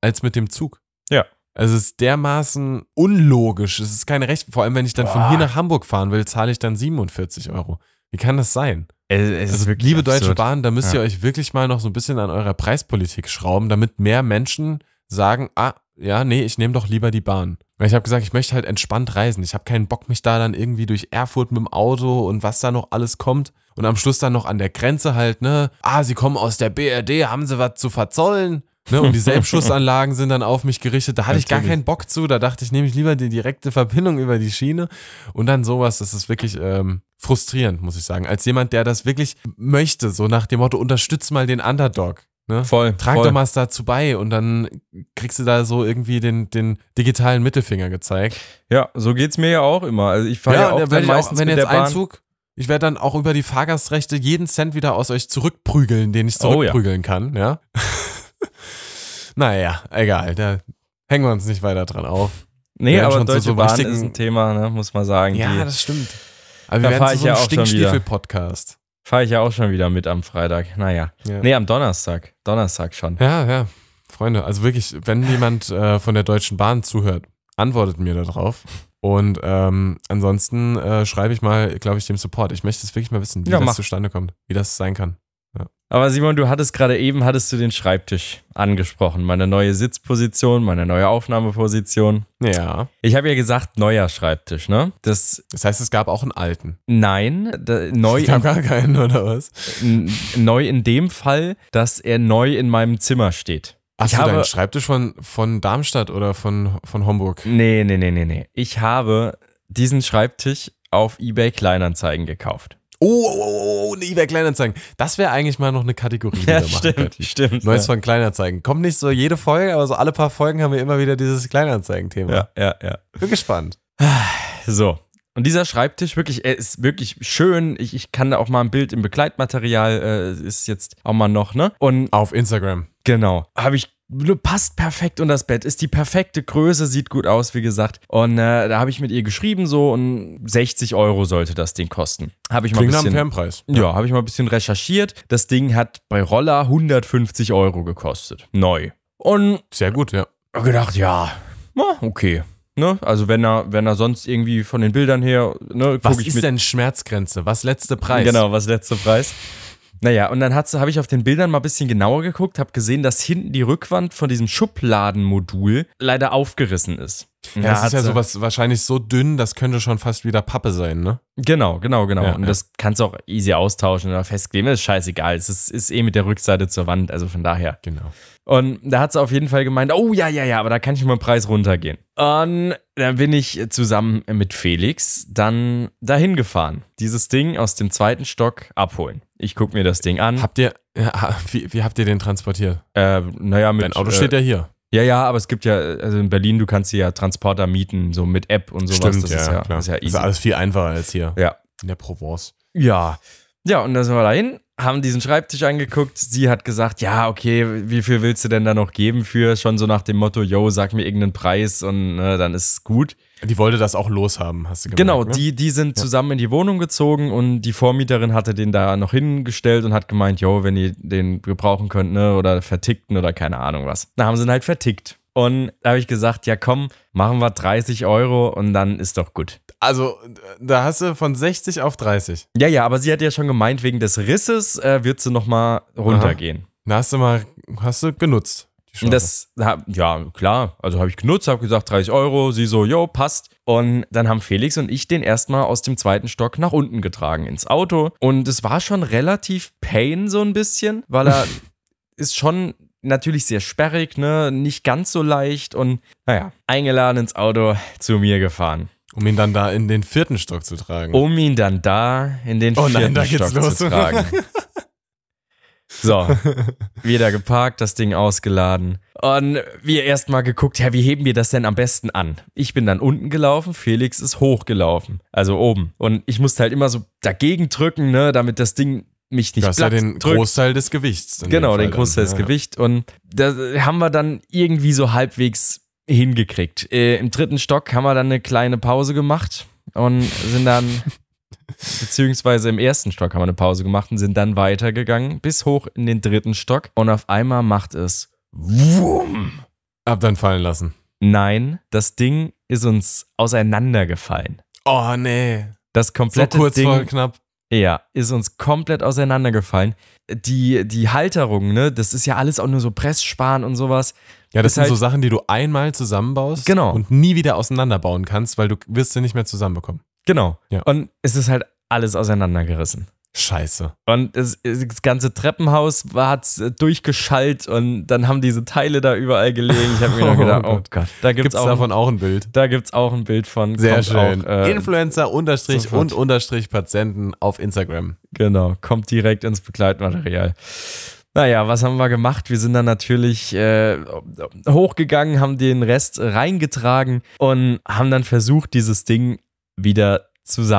E: als mit dem Zug.
A: Ja.
E: Also es ist dermaßen unlogisch. Es ist kein Recht. Vor allem, wenn ich dann von
A: Boah.
E: hier nach Hamburg fahren will, zahle ich dann 47 Euro. Wie kann das sein?
A: Es, es ist
E: Also,
A: wirklich
E: liebe
A: absurd.
E: Deutsche Bahn, da müsst
A: Ja.
E: ihr euch wirklich mal noch so ein bisschen an eurer Preispolitik schrauben, damit mehr Menschen sagen, ah, ja, nee, ich nehme doch lieber die Bahn. Weil ich habe gesagt, ich möchte halt entspannt reisen. Ich habe keinen Bock, mich da dann irgendwie durch Erfurt mit dem Auto und was da noch alles kommt. Und am Schluss dann noch an der Grenze halt, ne? Ah, sie kommen aus der BRD, haben sie was zu verzollen? Ne, und die Selbstschussanlagen sind dann auf mich gerichtet. Da hatte ich gar
A: Natürlich.
E: keinen Bock zu. Da dachte ich, nehme ich lieber die direkte Verbindung über die Schiene. Und dann sowas, das ist wirklich ähm, frustrierend, muss ich sagen. Als jemand, der das wirklich möchte, so nach dem Motto, unterstütz mal den Underdog. Ne?
A: Voll.
E: Trag
A: voll.
E: doch mal was dazu bei und dann kriegst du da so irgendwie den, den digitalen Mittelfinger gezeigt.
A: Ja, so geht's mir ja auch immer. Also ich fahre ja, auch
E: und
A: dann
E: werd ich
A: meistens
E: wenn
A: mit
E: jetzt
A: der Bahn.
E: ein Zug, ich werde dann auch über die Fahrgastrechte jeden Cent wieder aus euch zurückprügeln, den ich
A: Oh ja.
E: zurückprügeln kann, ja. naja, egal, da hängen wir uns nicht weiter dran auf.
A: nee,
E: werden
A: aber
E: schon zu
A: Deutsche
E: so
A: Bahn
E: wichtigen-
A: ist ein Thema, ne, muss man sagen. Ja, die
E: stimmt. Aber
A: Da
E: wir
A: fahr
E: werden zu
A: ich
E: so
A: ja auch
E: einem
A: schon wieder.
E: Stinkstiefel-Podcast.
A: fahre ich ja auch schon wieder mit am Freitag. Naja.
E: Ja.
A: Nee, am Donnerstag. Donnerstag schon.
E: Ja, ja. Freunde, also wirklich, wenn jemand äh, von der Deutschen Bahn zuhört, antwortet mir darauf. Und ähm, ansonsten äh, schreibe ich mal, glaube ich, dem Support. Ich möchte es wirklich mal wissen, wie
A: Ja,
E: das
A: mach.
E: zustande kommt, wie das sein kann.
A: Aber Simon, du hattest gerade eben, hattest du den Schreibtisch angesprochen. Meine neue Sitzposition, meine neue Aufnahmeposition.
E: Ja.
A: Ich habe ja gesagt, neuer Schreibtisch, ne? Das,
E: Das heißt, es gab auch einen alten.
A: nein, da, neu,
E: Ich habe gar keinen, oder was?
A: in, neu in dem Fall, dass er neu in meinem Zimmer steht.
E: Hast
A: Ich
E: du
A: habe-
E: deinen Schreibtisch von, von Darmstadt oder von, von Homburg?
A: Nee, nee, nee, nee, nee. Ich habe diesen Schreibtisch auf eBay Kleinanzeigen gekauft.
E: Oh, oh, oh, eine eBay Kleinanzeigen. Das wäre eigentlich mal noch eine Kategorie, die wir machen könnten.
A: stimmt.
E: Neues von Kleinanzeigen. Kommt nicht so jede Folge, aber so alle paar Folgen haben wir immer wieder dieses Kleinanzeigen-Thema.
A: ja, ja, ja.
E: Bin gespannt.
A: So. Und dieser Schreibtisch, wirklich, er ist wirklich schön. Ich, ich kann da auch mal ein Bild im Begleitmaterial, äh, ist jetzt auch mal noch, ne? Und
E: Auf Instagram.
A: Genau. Habe ich. Passt perfekt und das Bett ist die perfekte Größe, sieht gut aus, wie gesagt. Und äh, da habe ich mit ihr geschrieben, so und 60 Euro sollte das Ding kosten. Habe ich mal ein
E: Klingt nach
A: bisschen.
E: einem Fernpreis.
A: Ja, habe ich mal ein bisschen recherchiert. Das Ding hat bei Roller 150 Euro gekostet. Neu. Und
E: Sehr gut, ja.
A: hab gedacht, ja, na, okay. Ne? Also wenn er, wenn er sonst irgendwie von den Bildern her, ne,
E: Was
A: gucke ich
E: ist
A: mit.
E: denn Schmerzgrenze? Was letzte Preis?
A: Genau, was letzter Preis. Naja, und dann habe ich auf den Bildern mal ein bisschen genauer geguckt, habe gesehen, dass hinten die Rückwand von diesem Schubladenmodul leider aufgerissen ist.
E: Ja, das ist ja
A: äh,
E: sowas wahrscheinlich so dünn, das könnte schon fast wieder Pappe sein, ne?
A: Genau, genau, genau.
E: Ja,
A: und
E: ja.
A: das kannst du auch easy austauschen oder festkleben. Das ist scheißegal. Es ist, ist eh mit der Rückseite zur Wand, also von daher.
E: Genau.
A: Und da hat sie auf jeden Fall gemeint, oh ja, ja, ja, aber da kann ich mal im Preis runtergehen. Und dann bin ich zusammen mit Felix dann dahin gefahren. Dieses Ding aus dem zweiten Stock abholen. Ich gucke mir das Ding an.
E: Hm. Habt ihr, ja, wie, wie habt ihr den transportiert?
A: äh, naja, mit,
E: Dein Auto steht
A: äh,
E: ja hier.
A: ja, ja, aber es gibt ja, also in Berlin, du kannst hier ja Transporter mieten, so mit App und sowas. das ist ja, Ist ja easy.
E: ist alles viel einfacher als hier.
A: Ja.
E: In der Provence.
A: Ja. Ja, und dann sind wir dahin, haben diesen Schreibtisch angeguckt. Sie hat gesagt, ja, okay, wie viel willst du denn da noch geben für? Schon so nach dem Motto, yo, sag mir irgendeinen Preis und äh, dann ist gut.
E: Die wollte das auch loshaben, hast du gemerkt.
A: Genau,
E: ne?
A: die, die sind zusammen in die Wohnung gezogen und die Vormieterin hatte den da noch hingestellt und hat gemeint, yo, wenn ihr den gebrauchen könnt, ne, oder vertickten oder keine Ahnung was. Da haben sie ihn halt vertickt. Und da habe ich gesagt, ja komm, machen wir 30 Euro und dann ist doch gut.
E: Also, da hast du von 60 auf 30.
A: Ja, ja, aber sie hat ja schon gemeint, wegen des Risses äh, wird sie nochmal runtergehen.
E: Da hast du mal, hast du genutzt. die Chance.
A: Und Das, hab- ja, klar. Also habe ich genutzt, habe gesagt 30 Euro. Sie so, jo, passt. Und dann haben Felix und ich den erstmal aus dem zweiten Stock nach unten getragen ins Auto. Und es war schon relativ Pain so ein bisschen, weil er ist schon natürlich sehr sperrig, ne? Nicht ganz so leicht. Und naja, eingeladen ins Auto zu mir gefahren,
E: um ihn dann da in den vierten Stock zu tragen.
A: um ihn dann da in den
E: Oh nein,
A: vierten
E: da geht's
A: Stock
E: los.
A: zu tragen. So, wieder geparkt, das Ding ausgeladen. Und wir erstmal geguckt, ja, wie heben wir das denn am besten an? Ich bin dann unten gelaufen, Felix ist hochgelaufen, also oben. Und ich musste halt immer so dagegen drücken, ne, damit das Ding mich nicht
E: du hast ja
A: platt
E: den
A: drückt.
E: Großteil des Gewichts. in dem
A: Genau,
E: Fall
A: den
E: dann.
A: Großteil des
E: Ja, ja.
A: Gewicht. Und da haben wir dann irgendwie so halbwegs hingekriegt. Äh, Im dritten Stock haben wir dann eine kleine Pause gemacht und sind dann, beziehungsweise im ersten Stock haben wir eine Pause gemacht und sind dann weitergegangen bis hoch in den dritten Stock. Und auf einmal macht es Wumm.
E: Hab dann fallen lassen.
A: Nein, das Ding ist uns auseinandergefallen.
E: Oh, nee.
A: Das
E: So
A: komplette
E: kurz
A: Ding
E: vor knapp.
A: Ja, ist uns komplett auseinandergefallen. Die, die Halterung, ne, das ist ja alles auch nur so Pressspan und sowas.
E: Ja, das
A: Ist
E: sind so
A: halt-
E: Sachen, die du einmal zusammenbaust
A: Genau.
E: und nie wieder auseinanderbauen kannst, weil du wirst sie nicht mehr zusammenbekommen.
A: Genau.
E: Ja.
A: Und es ist halt alles auseinandergerissen.
E: Scheiße.
A: Und es, es- das ganze Treppenhaus war hat's äh, durchgeschallt und dann haben diese Teile da überall gelegen. Ich habe mir nur
E: Oh
A: gedacht, oh
E: Gott.
A: Gott, da gibt's,
E: Gibt es
A: auch,
E: davon auch ein Bild?
A: da gibt's auch ein Bild von.
E: Sehr
A: kommt
E: schön.
A: Auch, äh,
E: Influencer unterstrich
A: sofort.
E: und unterstrich Patienten auf Instagram.
A: Genau, kommt direkt ins Begleitmaterial. Naja, was haben wir gemacht? Wir sind dann natürlich äh, hochgegangen, haben den Rest reingetragen und haben dann versucht, dieses Ding wieder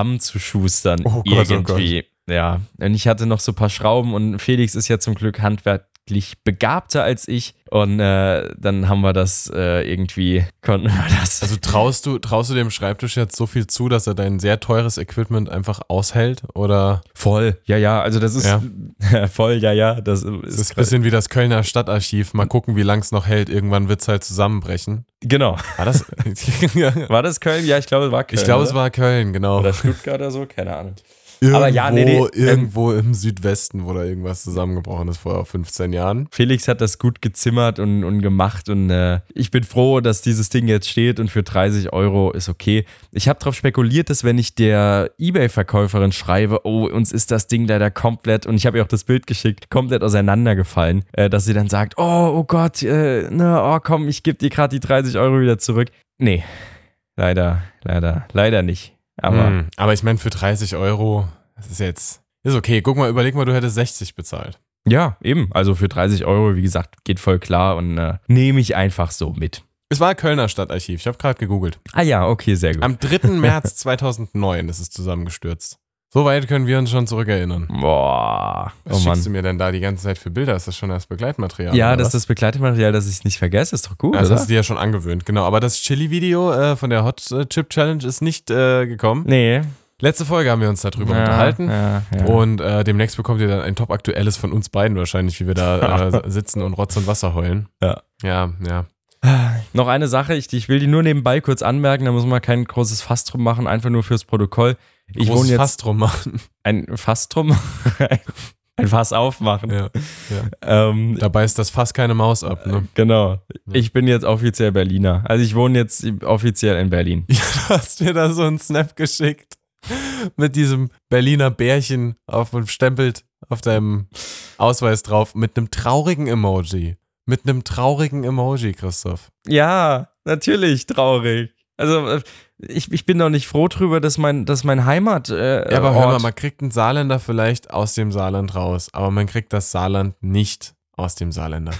A: zusammenzuschustern.
E: Oh Gott, oh
A: irgendwie. Ja, und ich hatte noch so ein paar Schrauben und Felix ist ja zum Glück handwerklich begabter als ich. Und äh, dann haben wir das äh, irgendwie, konnten wir das.
E: Also traust du, traust du dem Schreibtisch jetzt so viel zu, dass er dein sehr teures Equipment einfach aushält? Oder
A: voll. Ja, ja, also das ist voll, ja, ja. Das ist,
E: es ist ein bisschen wie das Kölner Stadtarchiv. Mal gucken, wie lang es noch hält. Irgendwann wird es halt zusammenbrechen.
A: genau.
E: War das?
A: War das Köln? Ja, ich glaube, es war Köln.
E: ich glaube, es
A: oder?
E: war Köln, genau.
A: Oder Stuttgart oder so, keine Ahnung.
E: Irgendwo,
A: Aber ja, nee, nee, ähm,
E: irgendwo im Südwesten, wo da irgendwas zusammengebrochen ist vor 15 Jahren.
A: Felix hat das gut gezimmert und, und gemacht und äh, ich bin froh, dass dieses Ding jetzt steht und für 30 Euro ist okay. Ich habe darauf spekuliert, dass wenn ich der Ebay-Verkäuferin schreibe, oh, uns ist das Ding leider komplett, und ich habe ihr auch das Bild geschickt, komplett auseinandergefallen, äh, dass sie dann sagt, oh, oh Gott, äh, na, oh komm, ich gebe dir gerade die 30 Euro wieder zurück. Nee, leider, leider, leider nicht. Aber
E: Hm, aber ich meine, für 30 Euro, das ist jetzt. Ist okay. Guck mal, überleg mal, du hättest 60 bezahlt.
A: Ja, eben. Also für 30 Euro, wie gesagt, geht voll klar und äh, nehme ich einfach so mit.
E: Es war Kölner Stadtarchiv. Ich habe gerade gegoogelt.
A: Ah ja, okay, sehr gut.
E: Am 3. März 2009 ist es zusammengestürzt. So weit können wir uns schon zurückerinnern.
A: Boah,
E: Was
A: oh
E: schickst
A: Mann.
E: du mir denn da die ganze Zeit für Bilder? Ist das schon das Begleitmaterial?
A: Ja,
E: oder
A: das ist
E: was?
A: das Begleitmaterial, dass ich es nicht vergesse, ist doch gut,
E: Ja, Das
A: oder?
E: hast du dir ja schon angewöhnt, genau. Aber das Chili-Video äh, von der Hot äh, Chip Challenge ist nicht äh, gekommen.
A: Nee.
E: Letzte Folge haben wir uns darüber
A: Ja,
E: unterhalten.
A: ja, ja.
E: Und äh, demnächst bekommt ihr dann ein top aktuelles von uns beiden wahrscheinlich, wie wir da äh, sitzen und Rotz und Wasser heulen.
A: Ja.
E: Ja, ja.
A: Noch eine Sache, ich, ich will die nur nebenbei kurz anmerken, da muss man kein großes Fass drum machen, einfach nur fürs Protokoll. Ich
E: Großes
A: wohne jetzt
E: Fass drum machen.
A: ein Fass drum. ein Fass aufmachen.
E: Ja, ja.
A: Ähm,
E: Da beißt das fast keine Maus ab, ne?
A: genau. Ich bin jetzt offiziell Berliner. Also ich wohne jetzt offiziell in Berlin.
E: Ja, du hast mir da so einen Snap geschickt. Mit diesem Berliner Bärchen auf einem Stempelt auf deinem Ausweis drauf. Mit einem traurigen Emoji. Mit einem traurigen Emoji, Christoph.
A: Ja, natürlich traurig. Also äh, ich, ich bin doch nicht froh drüber, dass mein, dass mein Heimat. Äh,
E: Ja, aber hör mal,
A: Ort-
E: man kriegt einen Saarländer vielleicht aus dem Saarland raus, aber man kriegt das Saarland nicht aus dem Saarländer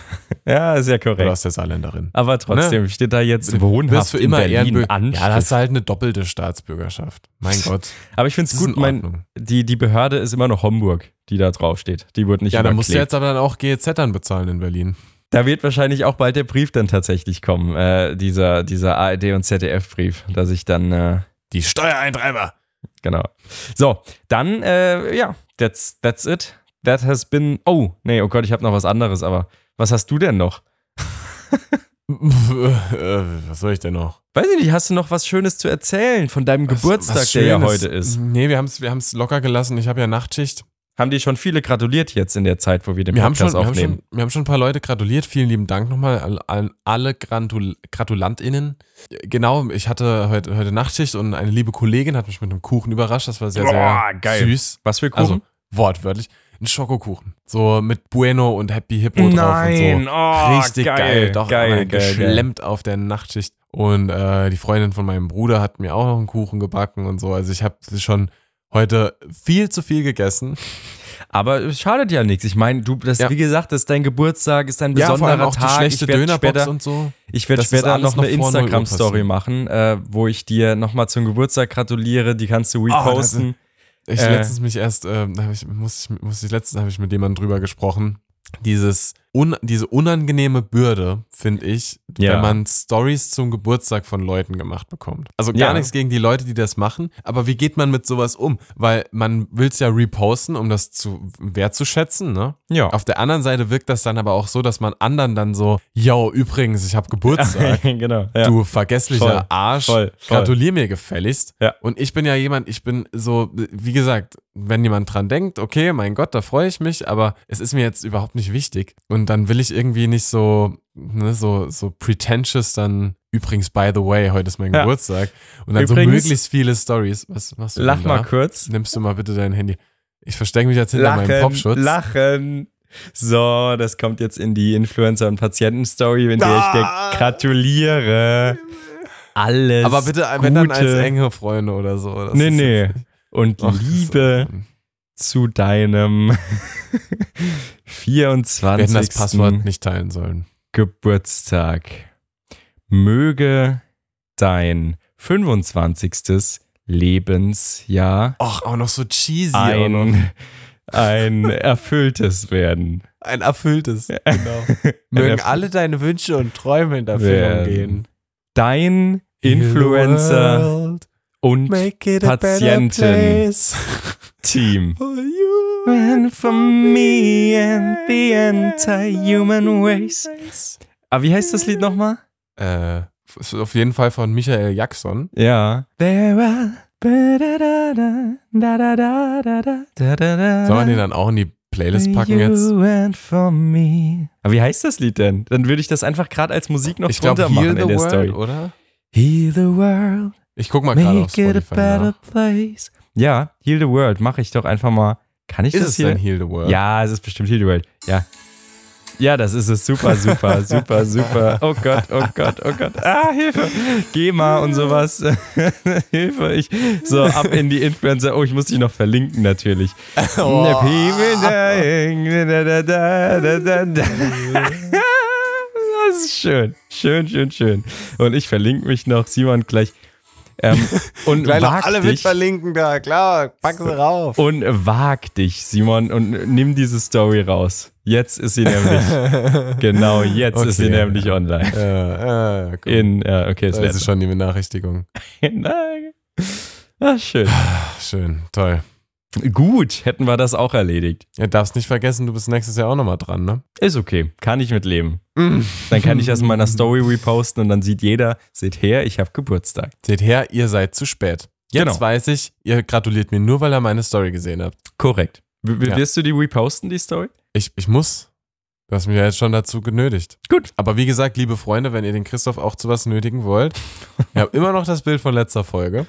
A: Ja, ist ja
E: oder
A: korrekt.
E: aus der Saarländerin.
A: Aber trotzdem steht da jetzt
E: Du
A: wohnhaft
E: bist für immer
A: in Berlin
E: Ehrenbürger. Ja, das
A: Anschrift.
E: ist halt eine doppelte Staatsbürgerschaft. Mein Gott.
A: Aber ich finde
E: das
A: es
E: ist
A: gut,
E: in
A: mein,
E: Ordnung.
A: die, die Behörde ist immer noch Homburg, die da drauf steht. Die wird nicht
E: Ja, dann musst du
A: überklebt.
E: jetzt aber dann auch GEZ dann bezahlen in Berlin.
A: Da wird wahrscheinlich auch bald der Brief dann tatsächlich kommen, äh, dieser, dieser ARD und ZDF-Brief, dass ich dann, äh,
E: Die Steuereintreiber.
A: genau. So, dann, äh, ja, that's, that's it. That has been, oh, nee, oh Gott, ich habe noch was anderes, aber was hast du denn noch?
E: Äh, Was soll ich denn noch?
A: Weiß ich nicht, hast du noch was Schönes zu erzählen von deinem
E: Was-
A: Geburtstag,
E: was
A: der ja
E: Schönes.
A: heute
E: Mhm.
A: ist?
E: Nee, wir haben es wir haben's locker gelassen. Ich habe ja Nachtschicht.
A: Haben dir schon viele gratuliert jetzt in der Zeit, wo wir den
E: Wir haben, schon,
A: Podcast
E: wir, haben
A: aufnehmen?
E: schon, wir haben schon ein paar Leute gratuliert. Vielen lieben Dank nochmal an, an alle Gratul GratulantInnen. Genau, ich hatte heute, heute Nachtschicht und eine liebe Kollegin hat mich mit einem Kuchen überrascht. Das war sehr, sehr
A: Boah, geil.
E: süß.
A: was für
E: Also
A: Kuchen?
E: wortwörtlich. Ein Schokokuchen. So mit Bueno und Happy Hippo drauf und so.
A: oh,
E: Richtig geil. Doch,
A: geil, geil,
E: geil,
A: geil.
E: geschlemmt auf der Nachtschicht. Und äh, die Freundin von meinem Bruder hat mir auch noch einen Kuchen gebacken und so. Also ich habe schon heute viel zu viel gegessen.
A: Aber es schadet ja nichts. Ich meine, du, das,
E: Ja.
A: wie gesagt, das ist dein Geburtstag, ist dein
E: vor
A: besonderer
E: allem auch
A: Tag.
E: die schlechte
A: ich werd
E: Dönerbox
A: später,
E: und so.
A: ich werd
E: Das ist
A: später
E: alles
A: noch eine
E: noch vor 0 Uhr
A: Instagram-Story
E: passiert.
A: machen, äh, wo ich dir nochmal zum Geburtstag gratuliere. Die kannst du
E: Ah,
A: reposten.
E: Ich
A: Äh.
E: letztens mich erst, ähm, da hab ich, muss ich, muss ich letztens habe ich mit jemandem drüber gesprochen. Dieses un, diese unangenehme Bürde finde ich,
A: Ja.
E: wenn man Stories zum Geburtstag von Leuten gemacht bekommt. Also gar
A: Ja.
E: nichts gegen die Leute, die das machen, aber wie geht man mit sowas um? Weil man will es ja reposten, um das zu wertzuschätzen, ne?
A: ja.
E: Auf der anderen Seite wirkt das dann aber auch so, dass man anderen dann so, yo, übrigens, ich habe Geburtstag.
A: genau. Ja.
E: Du vergesslicher
A: Voll,
E: Arsch,
A: voll, voll.
E: gratulier mir gefälligst.
A: Ja.
E: Und ich bin ja jemand, ich bin so, wie gesagt, wenn jemand dran denkt, okay, mein Gott, da freue ich mich, aber es ist mir jetzt überhaupt nicht wichtig. Und dann will ich irgendwie nicht so, ne, so, so pretentious dann, übrigens, by the way, heute ist mein
A: Ja.
E: Geburtstag. Und dann so
A: Übrigens-
E: möglichst viele Stories. Was machst du
A: Lach
E: denn da?
A: mal kurz.
E: Nimmst du mal bitte dein Handy. Ich verstecke mich jetzt hinter meinem
A: Lachen,
E: Popschutz.
A: lachen. So, das kommt jetzt in die Influencer- und Patienten-Story, in der ich dir gratuliere. Alles
E: Aber bitte,
A: Gute.
E: wenn dann als enge Freunde oder so. Das
A: Nee,
E: ist
A: nee.
E: jetzt-
A: Und
E: Ach,
A: Liebe
E: so.
A: zu deinem
E: Wir hätten das
A: 24.
E: Passwort nicht teilen sollen.
A: Geburtstag. Möge dein 25. Lebensjahr
E: Ach, auch noch so cheesy. auch noch.
A: ein, ein erfülltes werden.
E: ein erfülltes. Genau. Mögen
A: erfüll-
E: alle deine Wünsche und Träume in Erfüllung
A: Werden.
E: gehen.
A: Dein Influencer
E: Heal the world,
A: und
E: Make it a better
A: Patienten.
E: place
A: Team.
E: for you
A: And for me and the anti-human race. Aber Ah, wie heißt das Lied nochmal?
E: Äh, ist auf jeden Fall von Michael Jackson.
A: Ja. There are
E: Soll man den dann auch in die Playlist packen jetzt?
A: Aber Ah, wie heißt das Lied denn? Dann würde ich das einfach gerade als Musik noch
E: Ich glaube,
A: drunter
E: Heal
A: machen
E: the
A: in der Story.
E: World, oder?
A: Heal the world,
E: Ich guck mal gerade auf
A: make it a
E: Spotify
A: better
E: nach.
A: place. Ja, Heal the world, mache ich doch einfach mal. Kann ich
E: Ist
A: das
E: es
A: hier?
E: denn Heal the World?
A: Ja, es ist bestimmt Heal the world. Ja. Ja, das ist es. Super, super, super, super. Oh Gott, oh Gott, oh Gott. Ah, Hilfe. GEMA und sowas. Hilfe. Ich, so, ab in die Influencer. Oh, ich muss dich noch verlinken, natürlich.
E: Oh.
A: The people dying. Da, da, da, da, da, da. Das ist schön. Schön, schön, schön. Und ich verlinke mich noch. Simon gleich. Ähm, und
E: Gleich noch
A: wag
E: alle mit
A: dich,
E: verlinken da, klar, pack sie rauf.
A: und wag dich, Simon, und nimm diese Story raus. Jetzt ist sie nämlich, genau, jetzt ist sie
E: Okay.
A: nämlich online.
E: Äh, äh, komm,
A: In, äh, okay, ist
E: da ist es
A: leer.
E: schon die Benachrichtigung.
A: Ah, schön.
E: Schön, toll.
A: Gut, hätten wir das auch erledigt.
E: Ja, darfst nicht vergessen, du bist nächstes Jahr auch nochmal dran, ne?
A: Ist okay, kann ich mitleben. Dann kann ich das in meiner Story reposten und dann sieht jeder, seht her, ich habe Geburtstag.
E: Seht her, ihr seid zu spät. Jetzt
A: Genau.
E: weiß ich, ihr gratuliert mir nur, weil ihr meine Story gesehen habt.
A: Korrekt. W w-
E: Ja.
A: Wirst du die reposten, die Story?
E: Ich, ich muss. Du hast mich ja jetzt schon dazu genötigt.
A: Gut.
E: Aber wie gesagt, liebe Freunde, wenn ihr den Christoph auch zu was nötigen wollt, ich habe immer noch das Bild von letzter Folge.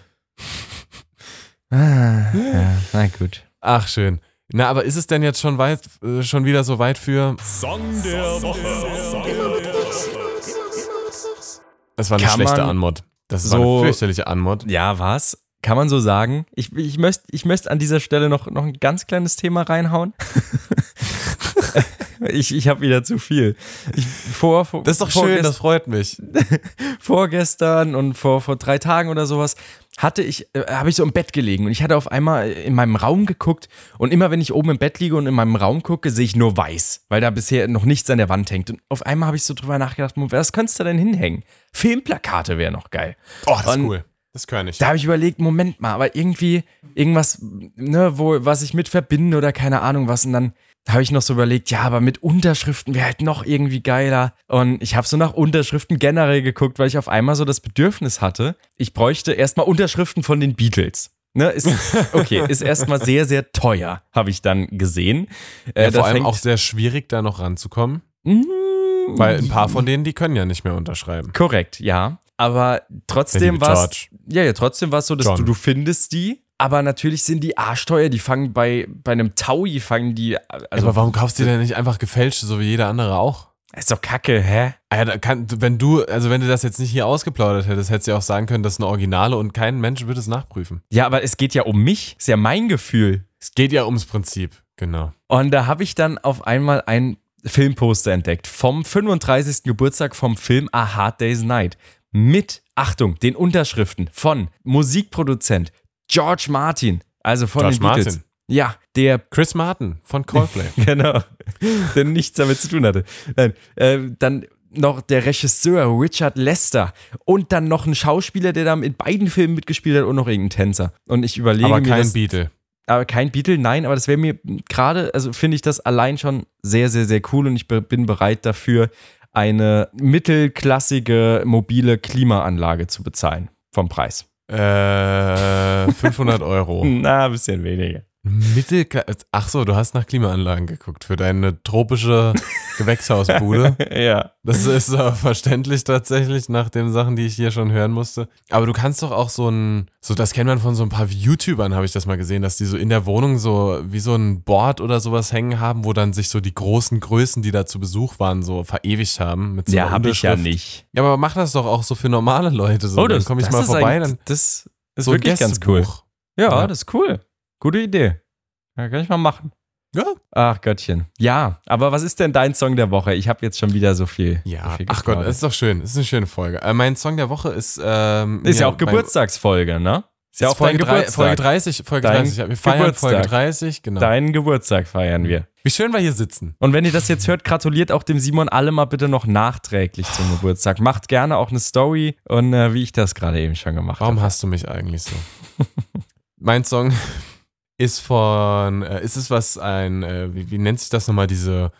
A: ja, na gut.
E: Ach, schön. Na, aber ist es denn jetzt schon weit, äh, schon wieder so weit für. Das war eine
A: Kann
E: schlechte
A: man
E: Anmod. Das war
A: so-
E: eine fürchterliche Anmod.
A: Ja, was? Kann man so sagen? Ich, ich möchte ich möcht an dieser Stelle noch, noch ein ganz kleines Thema reinhauen. ich ich habe wieder zu viel. Ich, vor, vor,
E: Das ist doch schön, das freut mich.
A: vorgestern und vor, vor drei Tagen oder sowas hatte ich, äh, habe ich so im Bett gelegen und ich hatte auf einmal in meinem Raum geguckt und immer wenn ich oben im Bett liege und in meinem Raum gucke, sehe ich nur weiß, weil da bisher noch nichts an der Wand hängt. Und auf einmal habe ich so drüber nachgedacht, Moment, was könntest du denn hinhängen? Filmplakate wäre noch geil.
E: Oh, das ist
A: Und-
E: cool. Das kann ich.
A: Da habe ich überlegt, Moment mal, aber irgendwie irgendwas, ne, wo, was ich mit verbinde oder keine Ahnung was. Und dann habe ich noch so überlegt, ja, aber mit Unterschriften wäre halt noch irgendwie geiler. Und ich habe so nach Unterschriften generell geguckt, weil ich auf einmal so das Bedürfnis hatte, ich bräuchte erstmal Unterschriften von den Beatles. Ne, ist, okay, ist erstmal sehr, sehr teuer, habe ich dann gesehen. Äh,
E: ja,
A: das
E: vor allem
A: fängt-
E: auch sehr schwierig, da noch ranzukommen.
A: Mm,
E: Weil ein paar von denen, die können ja nicht mehr unterschreiben.
A: Korrekt, ja. Aber trotzdem
E: liebe
A: war es.
E: George.
A: Ja, ja, trotzdem war es so, dass
E: John.
A: du, du findest die. Aber natürlich sind die arschteuer. Die fangen bei, bei einem Taui, fangen die. Also,
E: aber warum kaufst du dir denn nicht einfach gefälschte, so wie jeder andere auch?
A: ist doch kacke, hä?
E: Ah Ja, da kann, wenn du, also wenn du das jetzt nicht hier ausgeplaudert hättest, hättest du ja auch sagen können, das ist eine Originale und kein Mensch würde es nachprüfen.
A: Ja, aber es geht ja um mich. Ist ja mein Gefühl.
E: Es geht ja ums Prinzip. Genau.
A: Und da habe ich dann auf einmal ein Filmposter entdeckt. Vom 35. Geburtstag vom Film A Hard Day's Night. Mit, Achtung, den Unterschriften von Musikproduzent George Martin. Also von
E: George
A: den Beatles.
E: Martin.
A: Ja, der
E: Chris Martin von Coldplay.
A: Genau. Der nichts damit zu tun hatte. Nein. Ähm, dann noch der Regisseur Richard Lester und dann noch ein Schauspieler, der da in beiden Filmen mitgespielt hat und noch irgendein Tänzer. Und ich überlege
E: aber
A: mir
E: kein
A: das,
E: Beatle.
A: aber kein Beatle, nein, aber das wäre mir gerade, also finde ich das allein schon sehr, sehr, sehr cool und ich be- bin bereit dafür, eine mittelklassige mobile Klimaanlage zu bezahlen vom Preis.
E: Äh, 500 Euro.
A: Na, ein bisschen weniger.
E: Mittelkla Ach so, du hast nach Klimaanlagen geguckt für deine tropische Gewächshausbude.
A: ja.
E: Das ist aber verständlich tatsächlich nach den Sachen, die ich hier schon hören musste. Aber du kannst doch auch so ein, so das kennt man von so ein paar YouTubern, habe ich das mal gesehen, dass die so in der Wohnung so wie so ein Board oder sowas hängen haben, wo dann sich so die großen Größen, die da zu Besuch waren, so verewigt haben. Mit so
A: Ja,
E: einer
A: habe ich ja
E: Unterschrift.
A: nicht. Oh,
E: Ja, aber mach das doch auch so für normale Leute. So, dann komme ich mal
A: ist
E: vorbei.
A: eigentlich-
E: Dann
A: das ist
E: so ein
A: wirklich ganz cool.
E: Gästebuch.
A: Ja,
E: Ja.
A: das ist cool. Gute Idee. Ja, kann ich mal machen.
E: Ja.
A: Ach Göttchen. Ja, aber was ist denn dein Song der Woche? Ich habe jetzt schon wieder so viel. so
E: Ja,
A: viel
E: ach Gott,
A: geplaudert.
E: das ist doch schön. Das ist eine schöne Folge. Äh, mein Song der Woche ist. Ähm,
A: ist ja, auch
E: beim-
A: Geburtstagsfolge, ne? Ist ja auch
E: Folge,
A: dein
E: drei-
A: Geburtstag.
E: Folge 30. Folge
A: Dein
E: 30. Ja, wir feiern Folge
A: Geburtstag.
E: 30, genau.
A: Deinen Geburtstag feiern wir.
E: Wie schön wir hier sitzen.
A: Und wenn ihr das jetzt hört, gratuliert auch dem Simon alle mal bitte noch nachträglich zum Geburtstag. Macht gerne auch eine Story und äh, wie ich das gerade eben schon gemacht habe.
E: Warum hast du mich eigentlich so? mein Song ist von, äh, ist es was ein, äh, wie, wie nennt sich das nochmal, diese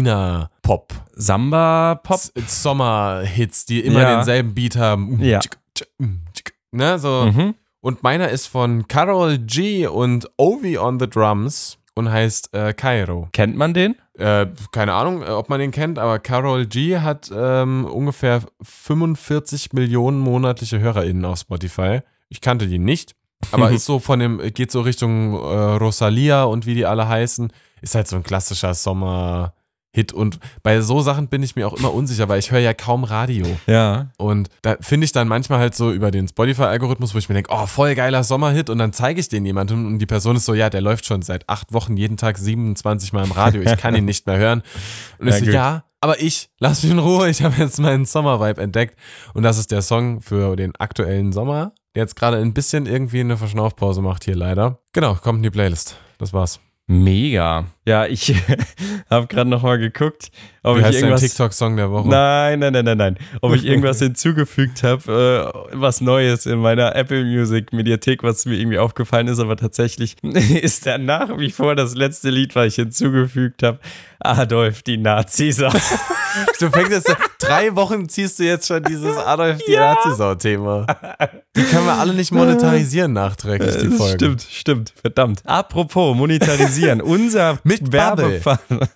E: Latina-Pop?
A: Samba Pop?
E: S- äh, Sommer-Hits, die immer
A: Ja.
E: denselben Beat haben.
A: Ja.
E: Tsk, tsk, mm, tsk. Ne, so.
A: Mhm.
E: Und meiner ist von Carol G. und Ovi on the Drums und heißt äh, Cairo.
A: Kennt man den?
E: Äh, keine Ahnung, äh, ob man den kennt, aber Carol G hat ähm, ungefähr 45 Millionen monatliche HörerInnen auf Spotify. Ich kannte die nicht, aber ist so von dem, geht so Richtung äh, Rosalia und wie die alle heißen. Ist halt so ein klassischer Sommer-Hit. Und bei so Sachen bin ich mir auch immer unsicher, weil ich höre ja kaum Radio.
A: Ja.
E: Und da finde ich dann manchmal halt so über den Spotify-Algorithmus, wo ich mir denke, oh, voll geiler Sommerhit. Und dann zeige ich den jemandem und die Person ist so, ja, der läuft schon seit acht Wochen jeden Tag 27 Mal im Radio. Ich kann ihn nicht mehr hören. Und ich
A: Ja,
E: so,
A: gut.
E: ja, aber ich, lass mich in Ruhe. Ich habe jetzt meinen Sommervibe entdeckt. Und das ist der Song für den aktuellen Sommer, der jetzt gerade ein bisschen irgendwie eine Verschnaufpause macht hier leider. Genau, kommt in die Playlist. Das war's.
A: Mega. Ja, ich habe gerade noch mal geguckt, ob
E: Wie
A: ich
E: heißt dein
A: irgendwas
E: TikTok-Song der Woche?
A: Nein, nein, nein, nein, nein. Ob ich irgendwas hinzugefügt habe, äh, was Neues in meiner Apple Music Mediathek, was mir irgendwie aufgefallen ist, aber tatsächlich ist da nach wie vor das letzte Lied, was ich hinzugefügt habe, Adolf die Nazis.
E: Du fängst jetzt drei Wochen ziehst du jetzt schon dieses Adolf die Nazi-Sau-Thema. Die können wir alle nicht monetarisieren nachträglich die Folgen.
A: Äh, Stimmt, stimmt, verdammt. Apropos monetarisieren, unser
E: Mit Bubble.
A: Werbepartner.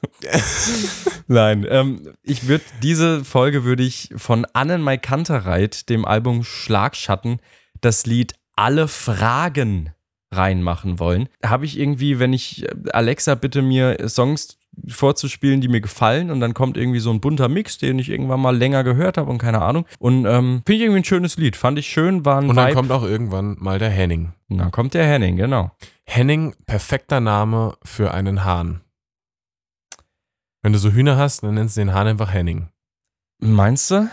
A: Nein, ähm, ich würde diese Folge würde ich von Annen Maikantereit, dem Album Schlagschatten, das Lied Alle Fragen reinmachen wollen. Habe ich irgendwie, wenn ich äh, Alexa bitte mir Songs vorzuspielen, die mir gefallen und dann kommt irgendwie so ein bunter Mix, den ich irgendwann mal länger gehört habe und keine Ahnung. Und ähm, finde ich irgendwie ein schönes Lied, fand ich schön, war ein
E: Und dann
A: Vibe.
E: kommt auch irgendwann mal der Henning.
A: Und dann kommt der Henning, genau.
E: Henning, perfekter Name für einen Hahn. Wenn du so Hühner hast, dann nennst du den Hahn einfach Henning.
A: Meinst du?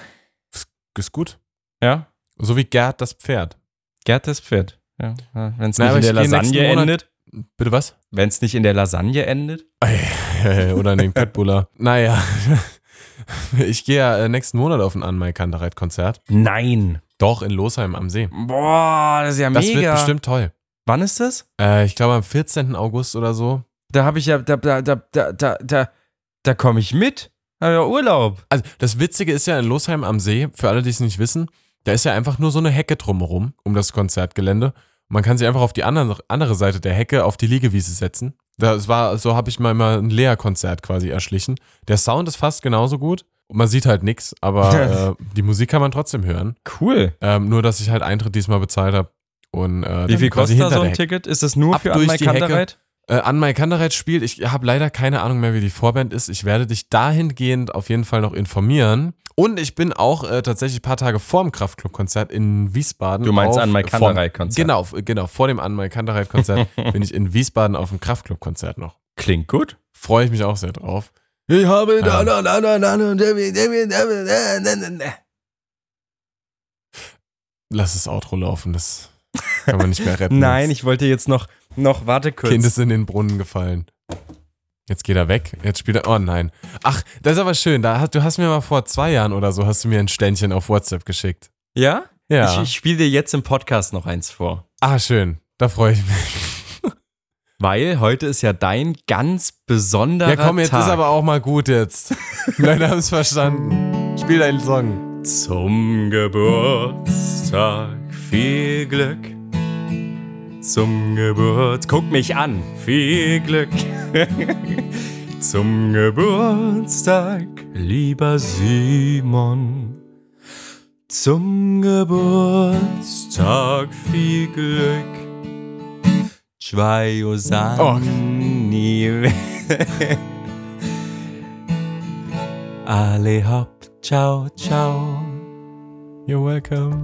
E: Ist gut.
A: Ja.
E: So wie Gerd das Pferd.
A: Gerd das Pferd. Ja. Wenn es
E: Na,
A: nicht
E: aber
A: in der
E: ich geh nächsten
A: Lasagne
E: Monat-
A: endet.
E: Bitte was? äh,
A: Wenn es nicht in der Lasagne endet.
E: Oder den Pitbuller. naja. Ich gehe ja äh, nächsten Monat auf ein Anmai-Kantereit-Konzert.
A: Nein.
E: Doch, in Losheim am See.
A: Boah, das ist ja
E: Das
A: mega.
E: wird bestimmt toll.
A: Wann ist das?
E: Äh, ich glaube am 14. August oder so.
A: Da habe ich ja, da, da, da, da, da, da, da komme ich mit. Da hab ich ja Urlaub.
E: Also das Witzige ist ja in Losheim am See, für alle, die es nicht wissen, da ist ja einfach nur so eine Hecke drumherum, um das Konzertgelände. Und man kann sich einfach auf die andere, andere Seite der Hecke auf die Liegewiese setzen. Das war, so habe ich mal mal ein Lea-Konzert quasi erschlichen. Der Sound ist fast genauso gut. Und Man sieht halt nichts, aber äh, die Musik kann man trotzdem hören.
A: Cool.
E: Ähm, nur, dass ich halt Eintritt diesmal bezahlt habe. Und, äh,
A: Wie
E: dann
A: viel
E: quasi
A: kostet da
E: hinter
A: so ein
E: der Hecke.
A: Ticket? Ist das nur
E: Ab
A: für
E: durch
A: Anmai
E: die Hecke.
A: Kantereit?
E: Äh, an Mai Kandereit spielt. Ich habe leider keine Ahnung mehr, wie die Vorband ist. Ich werde dich dahingehend auf jeden Fall noch informieren. Und ich bin auch äh, tatsächlich ein paar Tage vorm Kraftclub-Konzert in Wiesbaden.
A: Du meinst
E: auf-
A: an Mai
E: vorm-
A: Kandereit-Konzert.
E: Genau, f- genau. Vor dem an Mai Kandereit-Konzert bin ich in Wiesbaden auf dem Kraftclub-Konzert noch.
A: Klingt gut.
E: Freue ich mich auch sehr drauf.
A: Ich habe
E: da- Lass das Outro laufen, das kann man nicht mehr retten.
A: Nein,
E: ich
A: ich wollte jetzt noch, noch, warte kurz.
E: Kind ist in den Brunnen gefallen. Jetzt geht er weg. Jetzt spielt er. Oh nein. Ach, das ist aber schön. Da hast, du hast mir mal vor zwei Jahren oder so hast du mir ein Ständchen auf WhatsApp geschickt.
A: Ja?
E: Ja.
A: Ich, ich spiele dir jetzt im Podcast noch eins vor.
E: ah, schön. Da freue ich mich.
A: Weil heute ist ja dein ganz besonderer
E: Ja, komm, jetzt
A: Tag.
E: ist aber auch mal gut jetzt. Leute haben es verstanden. Spiel deinen Song.
A: Zum Geburtstag viel Glück. Zum Geburtstag. Guck mich an. Viel Glück. Zum Geburtstag, lieber Simon. Zum Geburtstag viel Glück. Zwei Sani. Alle hopp, ciao, ciao.
E: You're welcome.